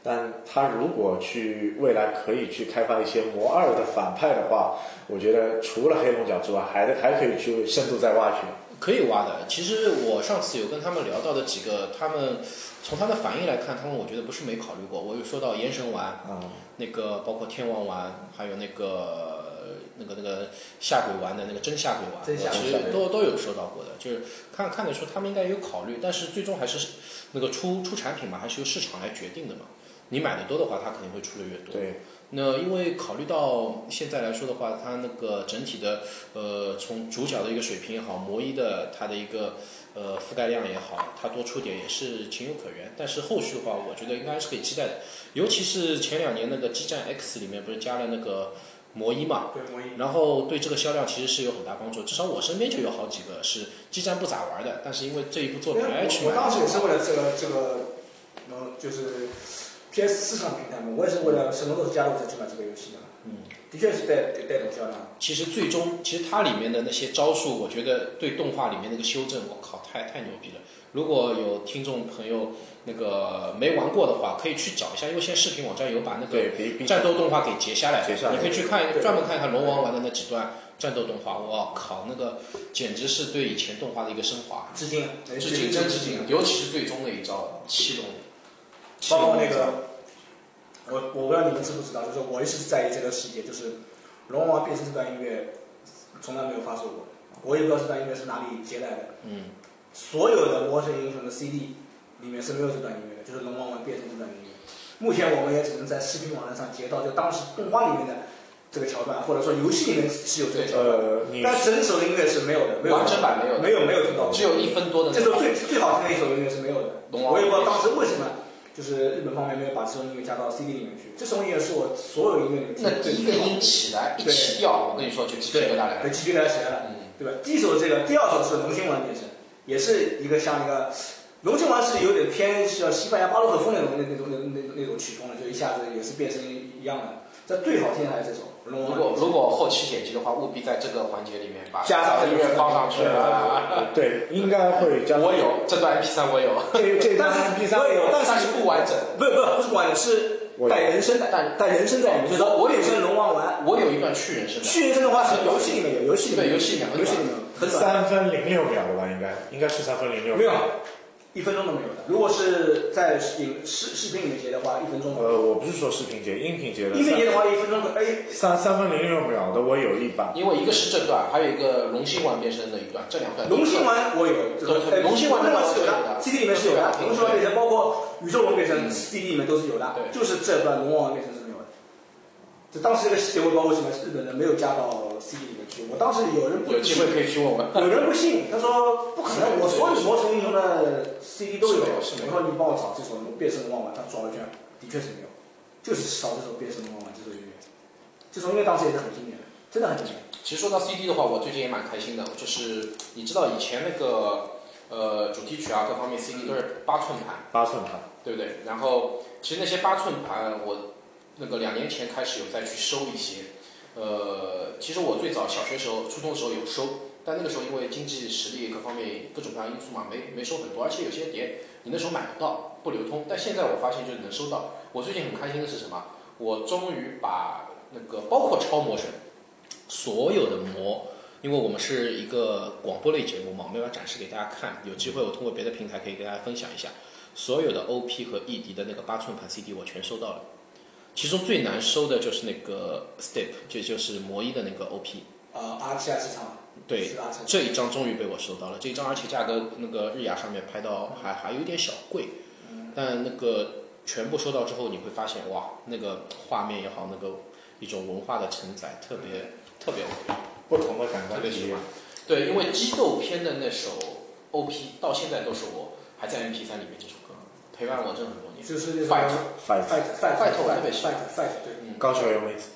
但他如果去未来可以去开发一些魔二的反派的话，我觉得除了黑龙角之外，还得还可以去深度再挖掘。
可以挖的。其实我上次有跟他们聊到的几个，他们从他的反应来看，他们我觉得不是没考虑过。我有说到炎神丸，
啊、
那个包括天王丸，还有那个那个那个下鬼丸的那个真下鬼丸，
真下鬼
其实都都有说到过的，就是看看得出他们应该有考虑，但是最终还是那个出出产品嘛，还是由市场来决定的嘛。你买的多的话，它肯定会出的越多。
对，
那因为考虑到现在来说的话，它那个整体的呃，从主角的一个水平也好，魔一的它的一个呃覆盖量也好，它多出点也是情有可原。但是后续的话，我觉得应该是可以期待的，尤其是前两年那个激战 X 里面不是加了那个魔一嘛，
对，魔一
然后对这个销量其实是有很大帮助。至少我身边就有好几个是激战不咋玩的，但是因为这一部作品哎去
我
买
我
了。
当时也是为了这个这个，然后就是 PS 四上平台嘛，我也是为了神龙斗士加入才去买这个游戏的嘛。
嗯，
的确是带带带动销量。
其实最终，其实它里面的那些招数，我觉得对动画里面那个修正，我靠，太太牛逼了！如果有听众朋友那个没玩过的话，可以去找一下，因为现在视频网站有把那
对
个
比比
战斗动画给截下来，
截下来
你可以去看
对
专门看一看龙王玩的那几段战斗动画，我靠，那个简直是对以前动画的一个升华，
致敬，
致敬真致敬，尤其是最终那一招七龙，
包括那个，我我不知道你们知不知道，就是我一直在意这个细节，就是龙王变身这段音乐从来没有发售过，我也不知道这段音乐是哪里接来的。
嗯，
所有的魔神英雄的 CD 里面是没有这段音乐的，就是龙王丸变身这段音乐。目前我们也只能在视频网站上截到，就当时动画里面的这个桥段，或者说游戏里面是有这个桥段，
呃，你
但整首音乐是没有的，没有
完整版没有的，
没有没有听到，
只有一分多的那
这
种
首最最好听的一首音乐是没有的。
龙王
我也不知道当时为什么，就是日本方面没有把这首音乐加到 CD 里面去。这首音乐是我所有音乐里面
那
最
第
最
一个
好的
音起来一
对
起掉，我跟你说就鸡皮疙瘩来
对，
了。
继续来起来了，
嗯，
对吧？第一首这个，第二首是龙心丸变身，也是一个像一个龙心丸是有点偏像西班牙巴洛克风那种那那种那那那种曲风的，就一下子也是变身一样的。这最好听的还是这首龙
如
王。
果如果后期剪辑的话，务必在这个环节里面把
加上
音乐放上去啊。
对应该会加。
我有这段 MP 3 我有，
这这张
但是
MP
我
三
也有
但是不完整。
不是不是不是丸，是
我有
带人声的，
但
带人声在里面，就是我有声龙王丸。
我有一段去人声的，
去人声的话是游戏里面有，游戏里面
对游戏里面
游戏里面很短，
三分零六秒了吧？应该应该是三分零六秒。
没有，一分钟都没有的。如果是在影视视频里面截的话，一分钟都没有。
呃，我不是说视频节，音频节的
音频截的话，一分钟都哎，
三三分零六秒的我有一版，
因为一个是这段，还有一个龙心丸变身的一段，这两段都
龙
是
心丸我有，这个
对对
哎
龙心丸
龙
这
是有的
个是有的
，CD 里面是有的，
对
龙心丸变身包括宇宙龙变身
嗯
，CD 里面都是有的，
对
就是这段龙王变身是没有的。就当时这个细节，我也不知道为什么日本人没有加到 CD 里面去。我当时有人不
有机会可以去问问。
有人不信，他说不可能，我所有魔神英雄的 CD 都有。
是的是的
我说你帮我找这首《变身忘完》，他找了一圈，的确是没有，就是少这首《变身忘完》这首音乐。这首音乐当时也是很经典的，真的很经典。
其实说到 CD 的话，我最近也蛮开心的，就是你知道以前那个呃主题曲啊各方面 CD 都是八寸盘，
八寸盘。
对不对？然后其实那些八寸盘，我那个两年前开始有再去收一些。呃，其实我最早小学时候、初中的时候有收，但那个时候因为经济实力各方面各种各样因素嘛，没没收很多，而且有些碟你那时候买不到，不流通。但现在我发现就是能收到。我最近很开心的是什么？我终于把那个包括超魔神所有的魔。因为我们是一个广播类节目嘛，我没法展示给大家看。有机会我通过别的平台可以给大家分享一下。所有的 OP 和 ED 的那个八寸盘 CD 我全收到了，其中最难收的就是那个 Step，就就是魔一的那个 OP，
呃，阿奇亚市场，
对，
是阿奇亚市场
这一张终于被我收到了，这一张而且价格那个日亚上面拍到还还有点小贵，但那个全部收到之后，你会发现哇，那个画面也好，那个一种文化的承载特别特别 OK。
不同的感官
特别
体
喜
验
欢。对，因为激斗篇的那首 OP 到现在都是我还在 MP 3里面这首歌，陪伴我这很多年。
就是那
Fight
种
fight
fight fight
Fight，我特别喜
fight
欢
fight 对。
嗯，
高桥由美子，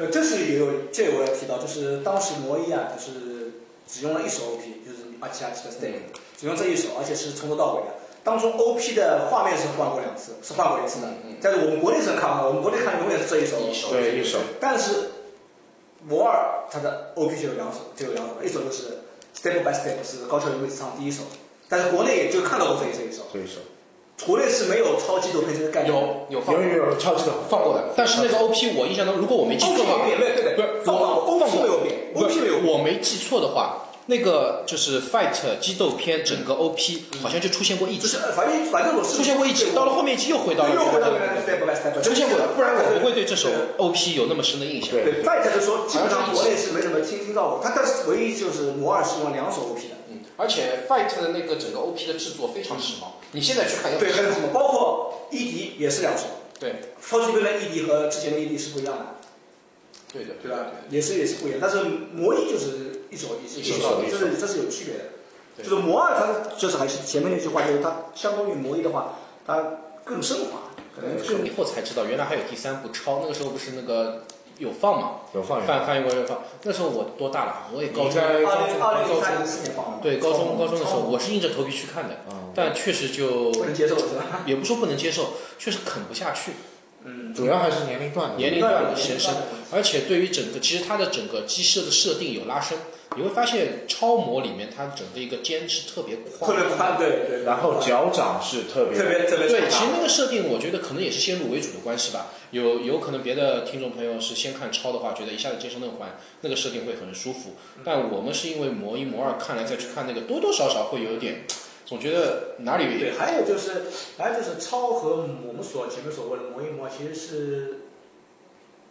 呃，这是也有，这我要提到，就是当时魔一啊，就是只用了一首 OP，就是阿奇亚奇的 Stay，、只
嗯
用这一首，而且是从头到尾的。当中 OP 的画面是换过两次，是换过一次的。
嗯
但是我们国内是看不到，我们国内看永远是这一首。
一首
对一首，
但是魔二它的 OP 就有两首，就有两首，一首就是 Step by Step 是高桥由美子唱第一首，但是国内也就看到过这这一首，
这一首
国内是没有超级多配这个概念的。
有有放
有
过
有有超级的，
放过的，但是那个 OP 我印象当中，如果我没记
OP
错的话
没，变，没有对对
不是
对，
我
放放过 OP
放过
没有变
不
，OP
是
没有变。
我没记错的话，那个就是 Fight 激斗篇整个 OP 好像就出现过一
就是
集，
呃反正反正我是
出现过一集，到了后面一集又回到了
又回到
原
原来
来
的
的
step by step，
出现过的，不然我不会对这首
对
OP 有那么深的印象。
对
对。再者就说，基本上
好像是
国内是没怎么听听到过，他但是唯一就是摩尔是用两首 OP 的，
嗯，而且 Fight 的那个整个 OP 的制作非常时髦，你现在去看也
对，很什么，包括 ED 也是两首，
对
超级杯的 ED 和之前的 ED 是不一样的，
对的，
对啊吧？也是也是不一样，但是魔一就是一首一首
一
首
这
一首
是这是有区别的，
对
就是魔二它就是还是前面那句话，就是它相当于魔一的话，它更升华，可能更
以后才知道原来还有第三部超，那个时候不是那个有放嘛，
有放有
翻翻译过来放。那时候我多大了？我也高
应
中，
该
二零二零零
高
三
中
零四年放的，
对高中高中的时候，
超
我是硬着头皮去看的，
嗯，
但确实 就
不能接受是吧？
也不说不能接受，确实啃不下去。
嗯，
主要还是年龄段的
年龄
对
段的延伸，而且对于整个，其实它的整个机设的设定有拉伸，你会发现超模里面它整个一个肩是特别宽
特别宽，对对。
然后脚掌是特别
特别特别
对，啊其实那个设定，我觉得可能也是先入为主的关系吧。有有可能别的听众朋友是先看超的话，觉得一下子接受那个环，那个设定会很舒服。但我们是因为魔一魔二看了再去看那个，多多少少会有点，总觉得哪里
对，还有就是，还有就是超和我们所前面所谓的磨一磨，其实是，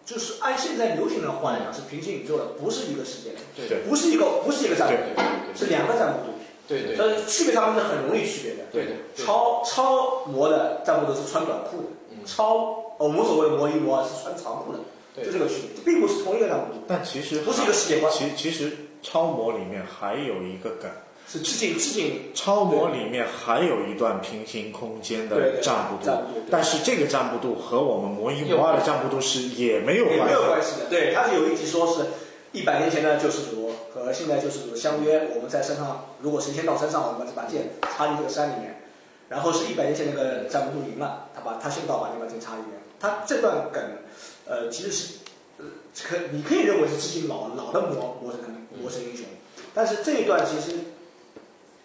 就是按现在流行的话来讲是平行宇宙的，不是一个世界的，
对
对
不是一个不是一个占
对
卜，是两个占卜度，
对对对
但是区别他们是很容易区别的。
对的，
超超模的占卜都是穿短裤的，哦
嗯
超呃我们所谓的魔一魔二是穿长裤的，
对
就这个区别，并不是同一个档
但其实
次，不是一个世界观，
其其实超模里面还有一个梗，
是致敬致敬
超模里面还有一段平行空间
对
的
对
站不
站
度
不住对，
但是这个站不度和我们魔一魔二的站不度是也没有
也
关
没有
系。
关系的。对，他有一集说是一百年前的救世主和现在救世主相约，我们在山上，如果谁先到山上，我们就把剑插进这个山里面。然后是一百年前那个战无度赢了，他把他先到把那把剑插里面。他这段梗，呃，其实是呃，可你可以认为是致敬老老的魔魔神魔神英雄，但是这一段其实，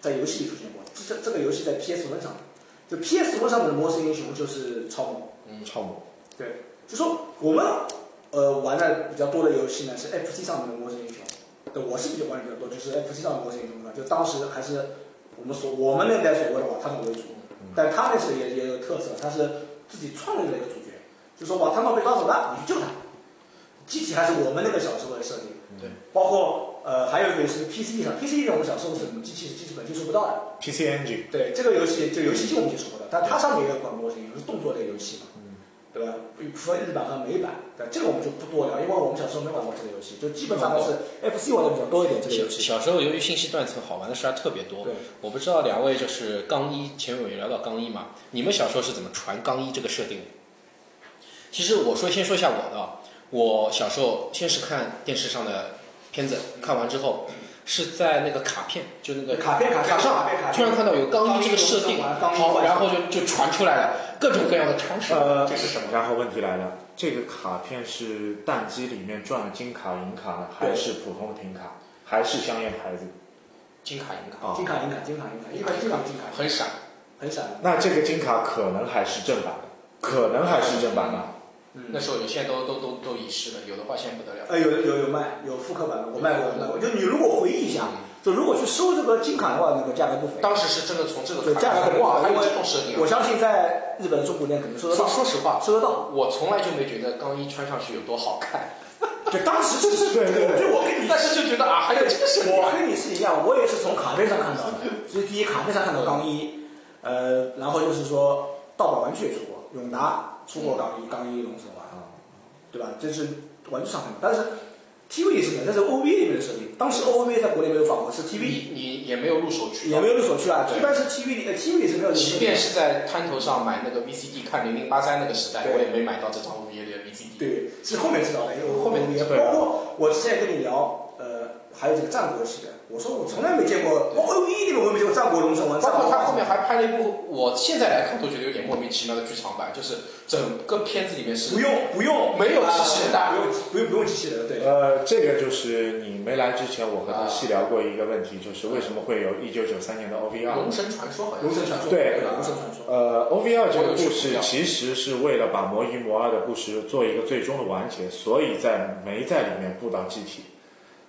在游戏里出现过。这这这个游戏在 PS One 上，就 PS One 上面的魔神英雄就是超模。
超模，
对，就说我们呃玩的比较多的游戏呢是 FC 上面的《魔神英雄》，对，我是比较玩的比较多，就是 FC 上的《魔神英雄》呢，就当时还是我们所我们那代所谓的瓦塔诺为主，但他那时候也也有特色，他是自己创立了一个主角，就说瓦塔诺被抓走了，你去救他。机体还是我们那个小时候的设定，
对，
包括呃还有一个是 PC 上，PC 上我们小时候是我们机器是基本接触不到的，
PC Engine
对这个游戏，这个游戏就我们接触过的，但它上面也有管模型，也是动作类游戏嘛，对吧？分日版和美版，对这个我们就不多聊，因为我们小时候没玩过这个游戏，就基本上都是 FC 玩的比较多一点这个
小
游戏。
小时候由于信息断层，好玩的事儿特别多
对。
我不知道两位就是钢一，前面有聊到钢一嘛，你们小时候是怎么传钢一这个设定的？其实我说先说一下我的啊，我小时候先是看电视上的片子，看完之后是在那个卡片，就那个
卡片卡片
卡上
卡片卡，片
突然看到有钢一这个设定，
钢一龙
好，
传
然后就就传出来了各种各样的传说。
嗯
呃
这是什么？
然后问题来了，这个卡片是单机里面赚了金卡、银卡呢，还是普通停卡，还是香烟牌子
金卡银卡，
啊
金？卡银卡金卡银卡一般金卡金卡
很闪。
很闪，
那这个金卡可能还是正版的，可能还是正版的。
那时候有些都都都都遗失了，有的话现在不得了。
呃有有有卖有复刻版的，我卖过我卖过，就你如果回忆一下，就如果去搜这个金卡的话，那个价格不菲。
当时是真的从这个
对，
卡
价格很不好，
还
因
有
为
这种设定啊。
我相信在日本中古店可能收得
说
到，
说实话，
收得到。
我从来就没觉得钢一穿上去有多好看，
就当时这是
对对对
就我跟你
但是就觉得啊，还有这个设定
我
啊。
跟你是一样，我也是从卡片上看到的。这是第一，卡片上看到钢一，呃，然后就是说盗版玩具也出过，永达出过钢一，钢一龙神
嗯
丸，对吧？这是玩具上看到，但是 TV 里是没有，但是 OVA 里面的设定，当时 OVA 在国内没有发过，是 TV
你你也没有入手渠
也
道
没，有入手去啊，
对
一般是 TV 里，呃，TV 里是没有入手
即
去
便
的。
是在滩头上买那个 VCD 看《零零八三》那个时代，
对
我也没买到这张 OVA E 的 VCD。
对，是后面知道的，因为我
后面
也
对啊
包括我之前也跟你聊，呃，还有这个战国系列，我说我从来没见过，我 O 一里面我也没见过战国龙神丸，
包
战
括
国
他后面还拍了一部，我现在来看都觉得有点莫名其妙的剧场版，就是整个片子里面是
不用不用
没有机器人
啊
的，
不用不用不用机器人，对，
呃，这个就是你没来之前，我和他细聊过一个问题，就是为什么会有一九九三年的 OVR？
龙神传说》好像
龙
是
神传说，
对
吧龙神传说，
呃，OVR 这个故
我有去
事其实是为了把魔一、魔二的故事做一个最终的完结，所以在没在里面布到机体。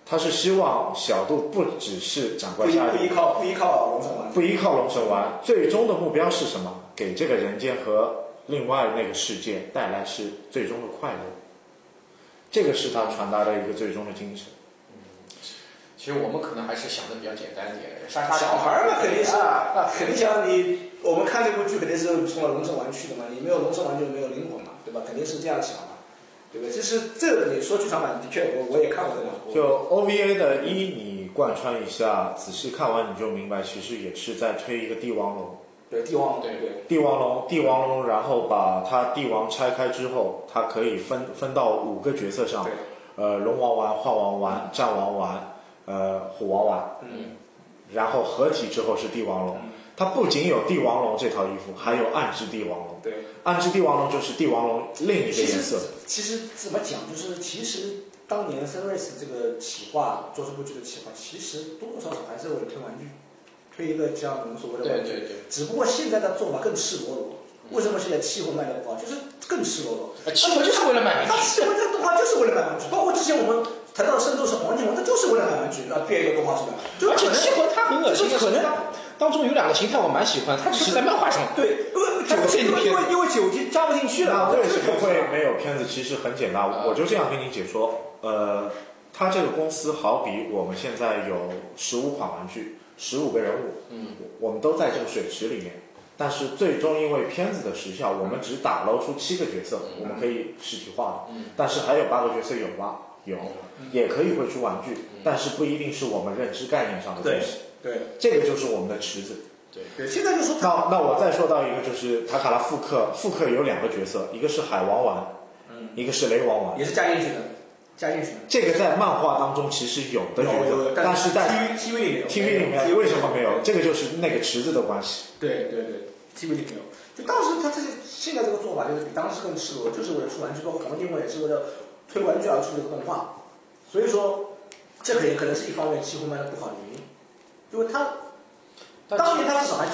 他是希望小度不只是掌
不
管
依
下
不依
人，
靠不依靠龙神丸，
不依靠龙神丸，最终的目标是什么？给这个人间和另外那个世界带来是最终的快乐。这个是他传达的一个最终的精神。
其实我们可能还是想的比较简单一点，杀杀
小孩儿嘛肯定是
啊，
啊，肯定想你，我们看这部剧肯定是冲着龙神丸去的嘛，你没有龙神丸就没有灵魂嘛，对吧？肯定是这样想嘛，对吧？就是这个你说剧场版的确，我我也看过这两部，
就 OVA 的一，你贯穿一下，仔细看完你就明白，其实也是在推一个帝王龙。
对帝王
对
对。
帝王龙，帝王龙，然后把它帝王拆开之后，它可以分分到五个角色上
对，
呃，龙王丸、化王丸、战王丸、呃，虎王丸，
嗯，
然后合体之后是帝王龙。它不仅有帝王龙这套衣服，还有暗之帝王龙。
对。
暗之帝王龙就是帝王龙另一个
其
颜
实
色。
其实怎么讲，就是其实当年 Sunrise 这个企划做这部剧的企划，其实多多少少还是为了推玩具，推一个这样我们所谓的玩
对
具。
对对。
只不过现在的做法更赤裸裸。为什么现在气候卖的不好？就是更赤裸裸。
气候呃就是为了买
它气候这个动画就是为了买玩具，包括之前我们谈到的《圣斗士黄金王》，它就是为了买玩具，然后变一个动画出来，就
而
是可
且
能
七魂它很恶心的，
就是可能
当中有两个形态我蛮喜欢，它只是在漫画上。
对，因为
它不是一
因
个
为因为因为酒精加不进去
那
了，
为什么啊会没有片子？其实很简单，我就这样跟你解说。呃，它这个公司好比我们现在有十五款玩具，十五个人物，
嗯，
我们都在这个水池里面。但是最终因为片子的时效，我们只打捞出七个角色，
嗯
我们可以实体化的，但是还有八个角色有吗？有，
嗯
也可以绘出玩具，但是不一定是我们认知概念上的东西。
对
这个就是我们的池子。
对，现在就说
那那我再说到一个，就是塔卡拉复刻，复刻有两个角色，一个是海王丸，
嗯
一个是雷王丸。
也是加进去的，加进去的。
这个在漫画当中其实有的角
有
色
有，，
但
是
是在
TV TV 里面有
TV 里面为什么没有？这个就是那个池子的关系。
对对对，TV 里面有。就当时他这现在这个做法就是比当时更赤裸，就是为了出玩具，包括黄金我也是为了推玩具而出这个动画，所以说这个也可能是一方面几乎卖的不好的原因，因为他
但
当年他至少还去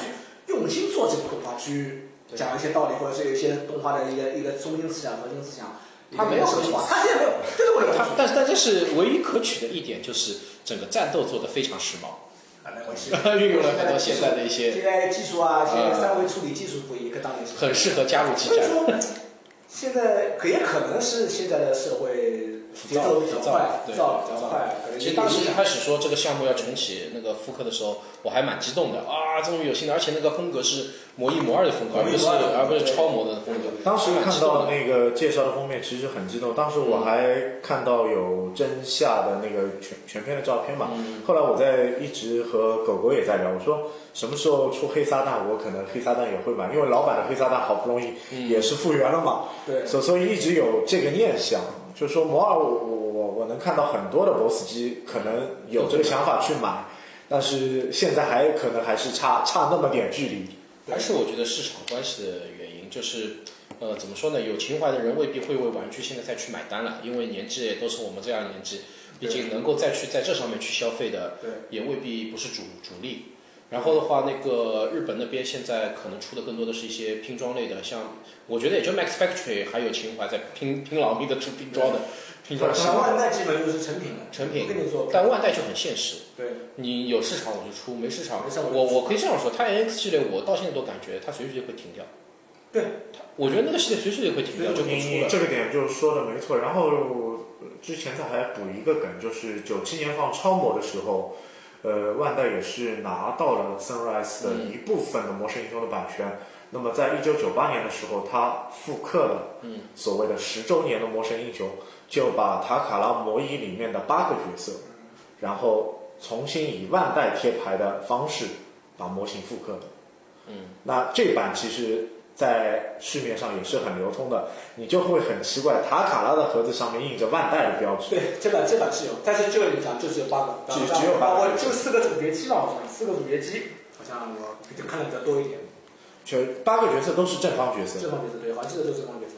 用心做这个动画，去讲一些道理，或者是有一些动画的一个一个中心思想、核心思想。
他没有
什么，他现在没有，这是我的
他
感觉。
但是但这是唯一可取的一点，就是整个战斗做得非常时髦，
啊，没关系。
运用了很多现在的一些，
现在技术啊，现在
呃
三维处理技术不一，跟当年是不一样的
很适合加入机
所以
战。
说，现在可也可能是现在的社会
浮
节
躁
奏比较快，
浮躁对
节奏比
浮
较
躁
快。可能
其实
也
当时一开始说这个项目要重启那个复刻的时候，我还蛮激动的啊，终于有新的，而且那个风格是模一模二的风格，而不是
模一模二
而不是超模的风格。
当时看到那个介绍的封面，其实很激动。当时我还看到有真夏的那个全全片的照片嘛。后来我在一直和狗狗也在聊，我说什么时候出黑撒旦，我可能黑撒旦也会买，因为老版的黑撒旦好不容易也是复原了嘛。
对
所所以一直有这个念想，就是说摩尔我我我我能看到很多的 BOSS 机，可能有这个想法去买，但是现在还可能还是差差那么点距离。
还是我觉得市场关系的原因，就是呃，怎么说呢？有情怀的人未必会为玩具现在再去买单了，因为年纪也都是我们这样的年纪，毕竟能够再去在这上面去消费的
对，
也未必不是主主力。然后的话，那个日本那边现在可能出的更多的是一些拼装类的，像我觉得也就 Max Factory 还有情怀在拼拼老命的出拼装的拼装系
台湾那基本就是成品了，
成
我
品，
跟你说，
但万代就很现实，
对，
你有市场我就出，没市场
没市场
我我可以这样说，它 NX 系列我到现在都感觉它随时就会停掉。
对
它，我觉得那个系列随时就会停掉，就不出
你
了。
这个点就说的没错。然后呃之前他还补一个梗，就是九七年放超模的时候，呃，万代也是拿到了 Sunrise 的
嗯
一部分的《魔神英雄》的版权。那么在一九九八年的时候，他复刻了
嗯
所谓的十周年的《魔神英雄》，就把塔卡拉魔衣里面的八个角色，然后重新以万代贴牌的方式把模型复刻了。
嗯，
那这版其实，在市面上也是很流通的，你就会很奇怪，塔卡拉的盒子上面印着万代的标志，
对，这版这版是有，但是就你讲，就只有八个，
只
然后
只有八个
包括就四个主角机嘛，好像四个主角机，好像我就看的比较多一点。
全八个角色都是正方角色
这。方角色对，好像记得就是这方角色。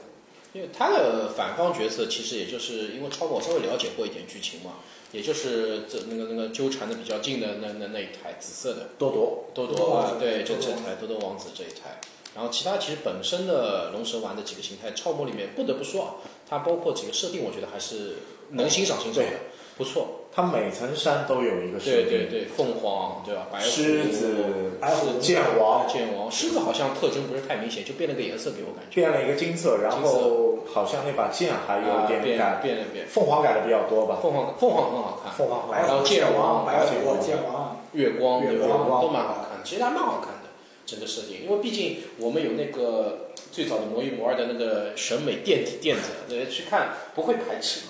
因为它的反方角色其实也就是因为超我稍微了解过一点剧情嘛，也就是这那个那个纠缠的比较近的那那那一台紫色的
多铎，
多
多
多
多
啊
王，子
对，这
多多
这
王子
台多多王子这一台。然后其他其实本身的龙神丸的几个形态，超模里面不得不说啊，它包括几个设定，我觉得还是能欣赏欣赏的
对，
不错。
它每层山都有一个
对
士
对
兵，
对，凤凰对吧？白虎
狮子、
白虎
剑王
剑王，狮子好像特征不是太明显，就变了个颜色给我感觉。
变了一个金色，然后好像那把剑还有
啊
一点
变
改，
变了变。啊
凤凰改的比较多吧，
凤凰凤凰很好看，
凤凰好
白
像
虎
后剑王
白
剑
虎
王
剑王，
月光
月
对吧
光
都蛮好看的，其实还蛮好看的整个设定，因为毕竟我们有那个最早的魔一魔二的那个审美垫底垫子，对去看不会排斥。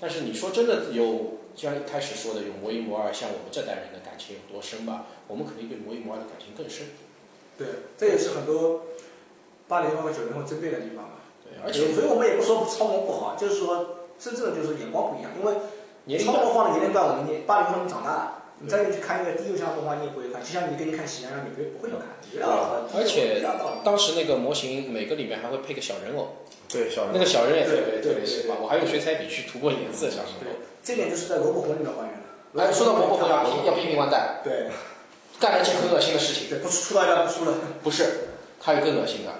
但是你说真的有像一开始说的有魔一魔二，像我们这代人的感情有多深吧？我们肯定对魔一魔二的感情更深。
对，这也是很多八零后和九零后争辩的地方嘛。
对，而且
所以我们也不说超模不好，就是说真正的就是眼光不一样，因为
年龄
超
段嗯
模放的年龄段，我们年八零后们长大了，你再去看一个低幼向动画，你也不会看，就像你跟你看《喜羊羊》，你不会不会看，一样的
嗯啊而且
一样的道理
当时那个模型每个里面还会配个小人偶，
对小人
那个小人也特
对
别特
对
别喜
对
欢，我还用水彩笔去涂过颜色小人
对
偶。，
这点就是在《萝卜魂》里面还原了。
来，哎说到魔婆要批要批评万代，
对，
干了一件很恶心的事情。
对，不出出道一半不出了，
不是，还有更恶心的，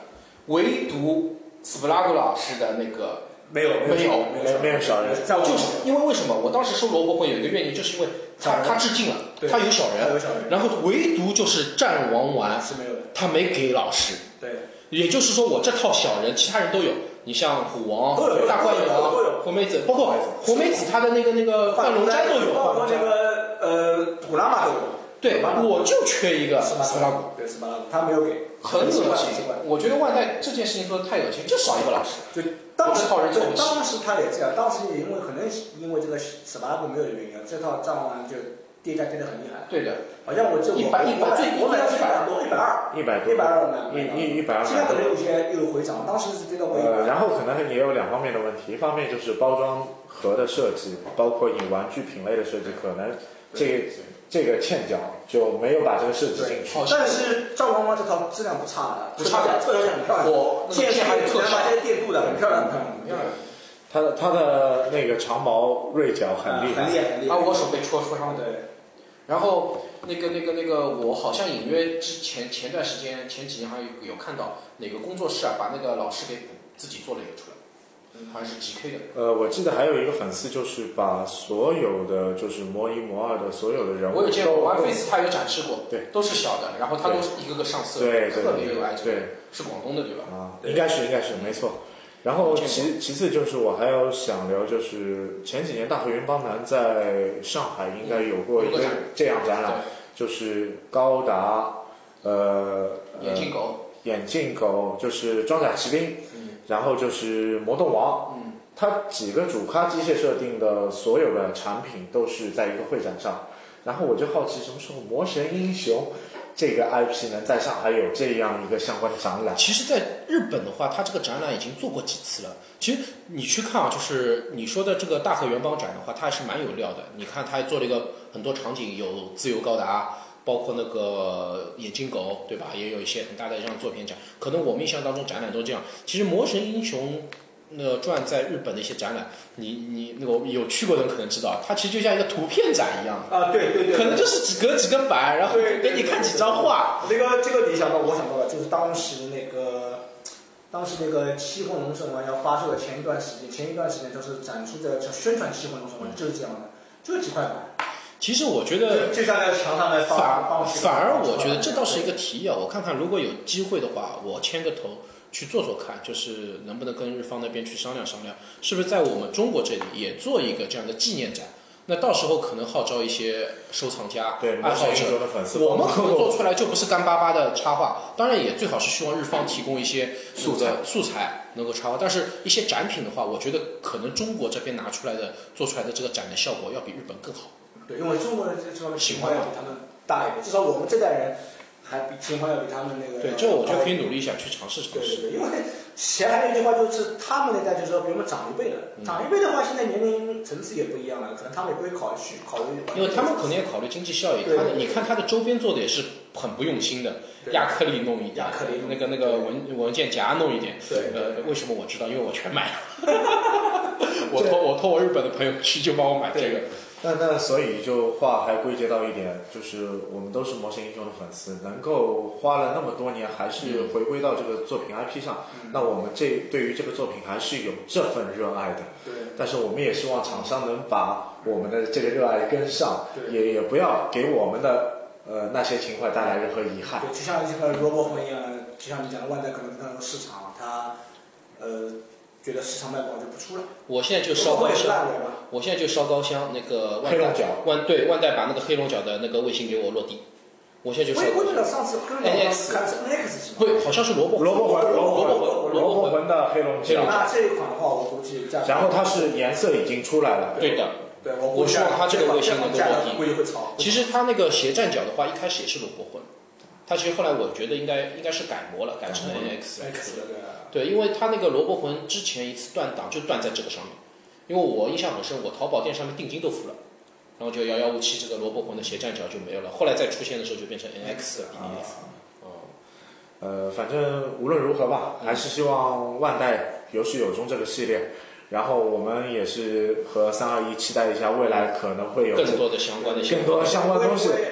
唯独斯普拉格老师的那个，
没有
没有
没有没有小人
在
我
我
就是因为为什么我当时收萝卜会有一个怨念，就是因为他他致敬了，
对
他有小
还
人，啊
有小人，
然后唯独就是战王丸，
是没有的，
他没给老师，
对，
也就是说我这套小人其他人都有，你像虎王
都有、
哦大怪啊
都有都
王、
有
红梅子，包括红梅子她的那个那个幻龙斋都有，
包括那个呃，古拉玛都有，
对，我就缺一个
斯
斯巴
拉
啊拉古，
对斯巴拉古，他没有给，
很恶
奇怪，
心
奇怪。。
我觉得万代这件事情做的太恶心，就少一个老师。
就当时
靠人凑
对，
齐
当时他也这样，当时也因为可能是因为这个斯巴拉古没有的原因，这套账完就跌价跌得很厉害，
对的，
好像我这我
一百一
我
百
买
最低
我买的是一
一百
百多，一百二，
一百多
一百二买买
一一一百二
现在可能有些又回涨，当时是跌到过一
呃，
百。
然后可能也有两方面的问题，一方面就是包装盒的设计，包括你玩具品类的设计，可能这这个欠脚就没有把这个设计进去。
好像
但是赵光光这套质量不差的，
不差的
特效很漂亮，
我那个
剑
剑还有特
能
效
把这些电镀的很漂亮，很漂亮
它的它的那个长毛锐角很厉
啊很
害，
厉害，很厉害。
啊，我手被戳戳伤了。
对，
然后那个那个那个，我好像隐约之前前段时间前几年好像有有看到哪个工作室啊，把那个老师给补自己做了一个出来，好像是 GK 的。
呃，我记得还有一个粉丝就是把所有的就是模一模二的所有的人物
我有见过
都
One Face，他有展示过，
对，
都是小的，然后它
对
都是一个个上色，
对对
特别有爱
对
情，
对
是广东的对吧？
啊，应该是应该是没错。然后其其次就是我还有想聊，就是前几年大和云邦南在上海应该有过一个
有个展
这样展览，就是高达，呃，
对眼
呃
镜狗，
眼镜狗就是装甲骑兵，然后就是魔动王，
嗯，
它几个主咖机械设定的所有的产品都是在一个会展上。然后我就好奇，什么时候魔神英雄这个 IP 能在上海有这样一个相关的展览？
其实，在日本的话，它这个展览已经做过几次了。其实你去看啊，就是你说的这个大和元邦展的话，它还是蛮有料的。你看，它还做了一个很多场景，有自由高达，包括那个眼镜狗，对吧？也有一些很大的这样作品展。可能我们印象当中展览都这样。其实《魔神英雄》那传在日本的一些展览，你你那个有去过的人可能知道，它其实就像一个图片展一样，
啊，对对对，
可能就是几格几个板，然后
对对
给你看几张画。
这个这个你想到，我想到了，就是当时那个，当时那个《七魂龙神丸》要发售的前一段时间，前一段时间就是展出的宣传《七魂龙
嗯
神丸》，就是这样的，就是几块板，
其实我觉得
就就像在墙上面放
反
放
反而我觉得这倒是一个提议啊，我看看如果有机会的话，我牵个头去做做看，就是能不能跟日方那边去商量商量，是不是在我们中国这里也做一个这样的纪念展。那到时候可能号召一些收藏家、
对，
爱
魔神
好
英
者，
雄的粉丝，
我们可能做出来就不是干巴巴的插画，当然也最好是希望日方提供一些素材素材能够插画，但是一些展品的话，我觉得可能中国这边拿出来的做出来的这个展的效果要比日本更好。
对，因为中国人这这方面情况要比他们大一点，至少我们这代人还比情况要比他们那个
对，这我觉得可以
努。
努力一下去尝试尝
对
试。
对对，因为前还有一句话就是他们那代就是说，比我们长一辈的，
嗯
长一辈的话，现在年龄层次也不一样了，可能他们也不会考去考虑，
因为他们可能也考虑经济效益，
对
他的你看他的周边做的也是很不用心的，
对
亚克力弄一点
亚克力弄
那个那个文文件夹弄一点，
对
呃，为什么我知道？因为我全买了，我托我托我日本的朋友去就帮我买这个，
那那所以就话还归结到一点，就是我们都是魔神英雄的粉丝，能够花了那么多年，还是
嗯
回归到这个作品 IP 上，那我们这对于这个作品还是有这份热爱的。
对
但是我们也希望厂商能把我们的这个热爱跟上，
对
也也不要给我们的呃那些情怀带来任何遗憾。
对，就像这个萝卜婚一样，啊就像你讲的，万代可能它有市场，它呃觉得市场卖不好就不出了，
我现在就烧
萝卜
高
也是
香，
烂尾嘛，
我现在就烧高香，那个
黑
万
龙
代
角
万对万代把那个黑龙角的那个卫星给我落地，我现在就
我
烧
也
高
我记
香，
得上次跟你
NX
看是 NX 是吗？
不好像是萝卜
萝卜魂，
萝
萝
卜
卜
魂
魂，萝卜魂的黑龙
黑龙
角，
那这一款的话，我估计价格，
然后它是颜色已经出来了，
对的，
对我
我
估计
希望它这个卫星能够
价
落
格
地
估计会超，
其实它那个斜站角的话，一开始也是萝卜魂，它其实后来我觉得应该应该是改模了，改成了 NX 来
NX 的对啊。
对，因为它那个萝卜魂之前一次断档就断在这个上面，因为我印象很深，我淘宝店上面定金都付了，然后就遥遥无期，这个萝卜魂的斜站角就没有了。后来再出现的时候就变成哦 NX 了，比例
啊
呃，反正无论如何吧，还是希望万代有始有终这个系列。然后我们也是和三二一期待一下未来可能会有
更多的相关的
更多相关东西
因。为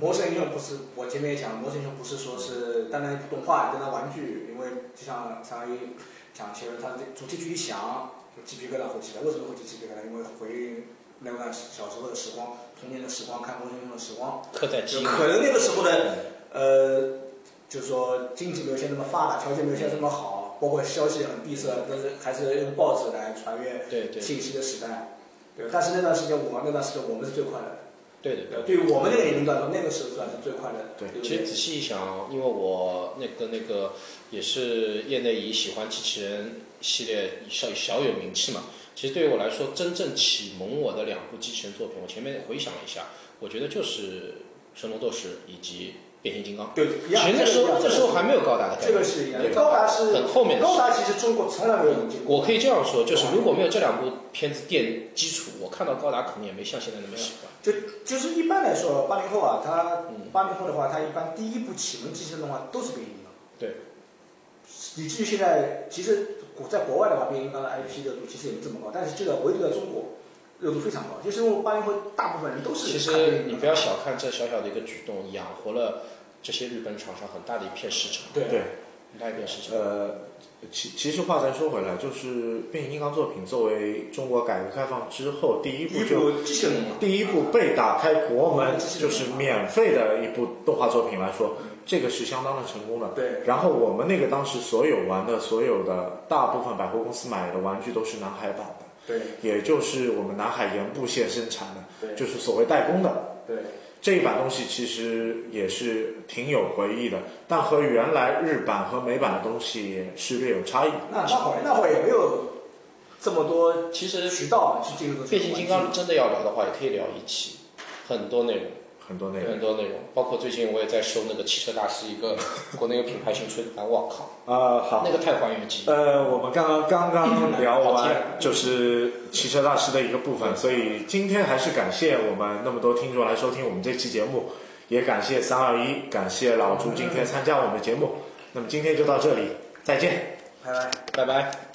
魔神英雄不是我前面也讲，魔神英雄不是说是单单一部动画，单单玩具，因为就像三二一讲前面，它的主题曲一响，就鸡皮疙瘩会起来。为什么会起鸡皮疙瘩？因为回忆那段小时候的时光，童年的时光，看魔神英雄的时光，
刻在基
就
因。
可能那个时候的呃，就是说经济没有现在那么发达，条件没有现在这么好，包括消息很闭塞，但是还是用报纸来传阅
对对，
信息的时代。对，但是那段时间我那段时间我们是最快乐的。
对的，
对，呃对于我们那个年龄段，那个时候算是最快的。
对
其实仔细一想，因为我那个那个也是业内以喜欢机器人系列小小有名气嘛。其实对于我来说，真正启蒙我的两部机器人作品，我前面回想了一下，我觉得就是《神龙斗士》以及《变形金刚》。
对，一
其
样。
实那时候那时候还没有高达的概
这
念，
个是一样
对，
高达是
很后面的事
高达其实中国从来没有引进过。
我可以这样说，就是如果没有这两部片子垫基础，我看到高达可能也没像现在那么喜欢。
就就是一般来说，八零后啊，他
嗯
八零后的话，他一般第一部启蒙机器人动画都是变形金刚。
对。
以至于现在，其实国在国外的话，变形金刚的 IP 热度其实也没这么高，但是这个唯独在中国热度非常高，就是因为八零后大部分人都是
其
看变形
实
金刚
你不要小看这小小的一个举动，养活了这些日本厂商很大的一片市场，
对
对，
很大一片市场。
呃，其其实话再说回来，就是变形金刚作品作为中国改革开放之后第一
第
部
一
就
部机器人动画，
第一部被打开国门，就是免费的一部动画作品来说，这个是相当的成功的。
对，
然后我们那个当时所有玩的所有的大部分百货公司买的玩具都是南海版的，
对
也就是我们南海盐步县生产的，
对
就是所谓代工的。
对
这一版东西其实也是挺有回忆的，但和原来日版和美版的东西也是略有差异。
那那会儿那会儿也没有这么多
其实
渠道去进入这种
变形金刚真的要聊的话，也可以聊一期，很多内容，
很多内容
很多内容，包括最近我也在收那个汽车大师一个国内一个品牌新出的单，我靠，
啊、好
那，个太还原记忆。
呃，我们刚刚刚刚聊
好接
完就是汽车大师的一个部分，所以今天还是感谢我们那么多听众来收听我们这期节目，也感谢三二一，感谢老朱今天参加我们的节目。那么今天就到这里，再见。
拍卖。
拜拜。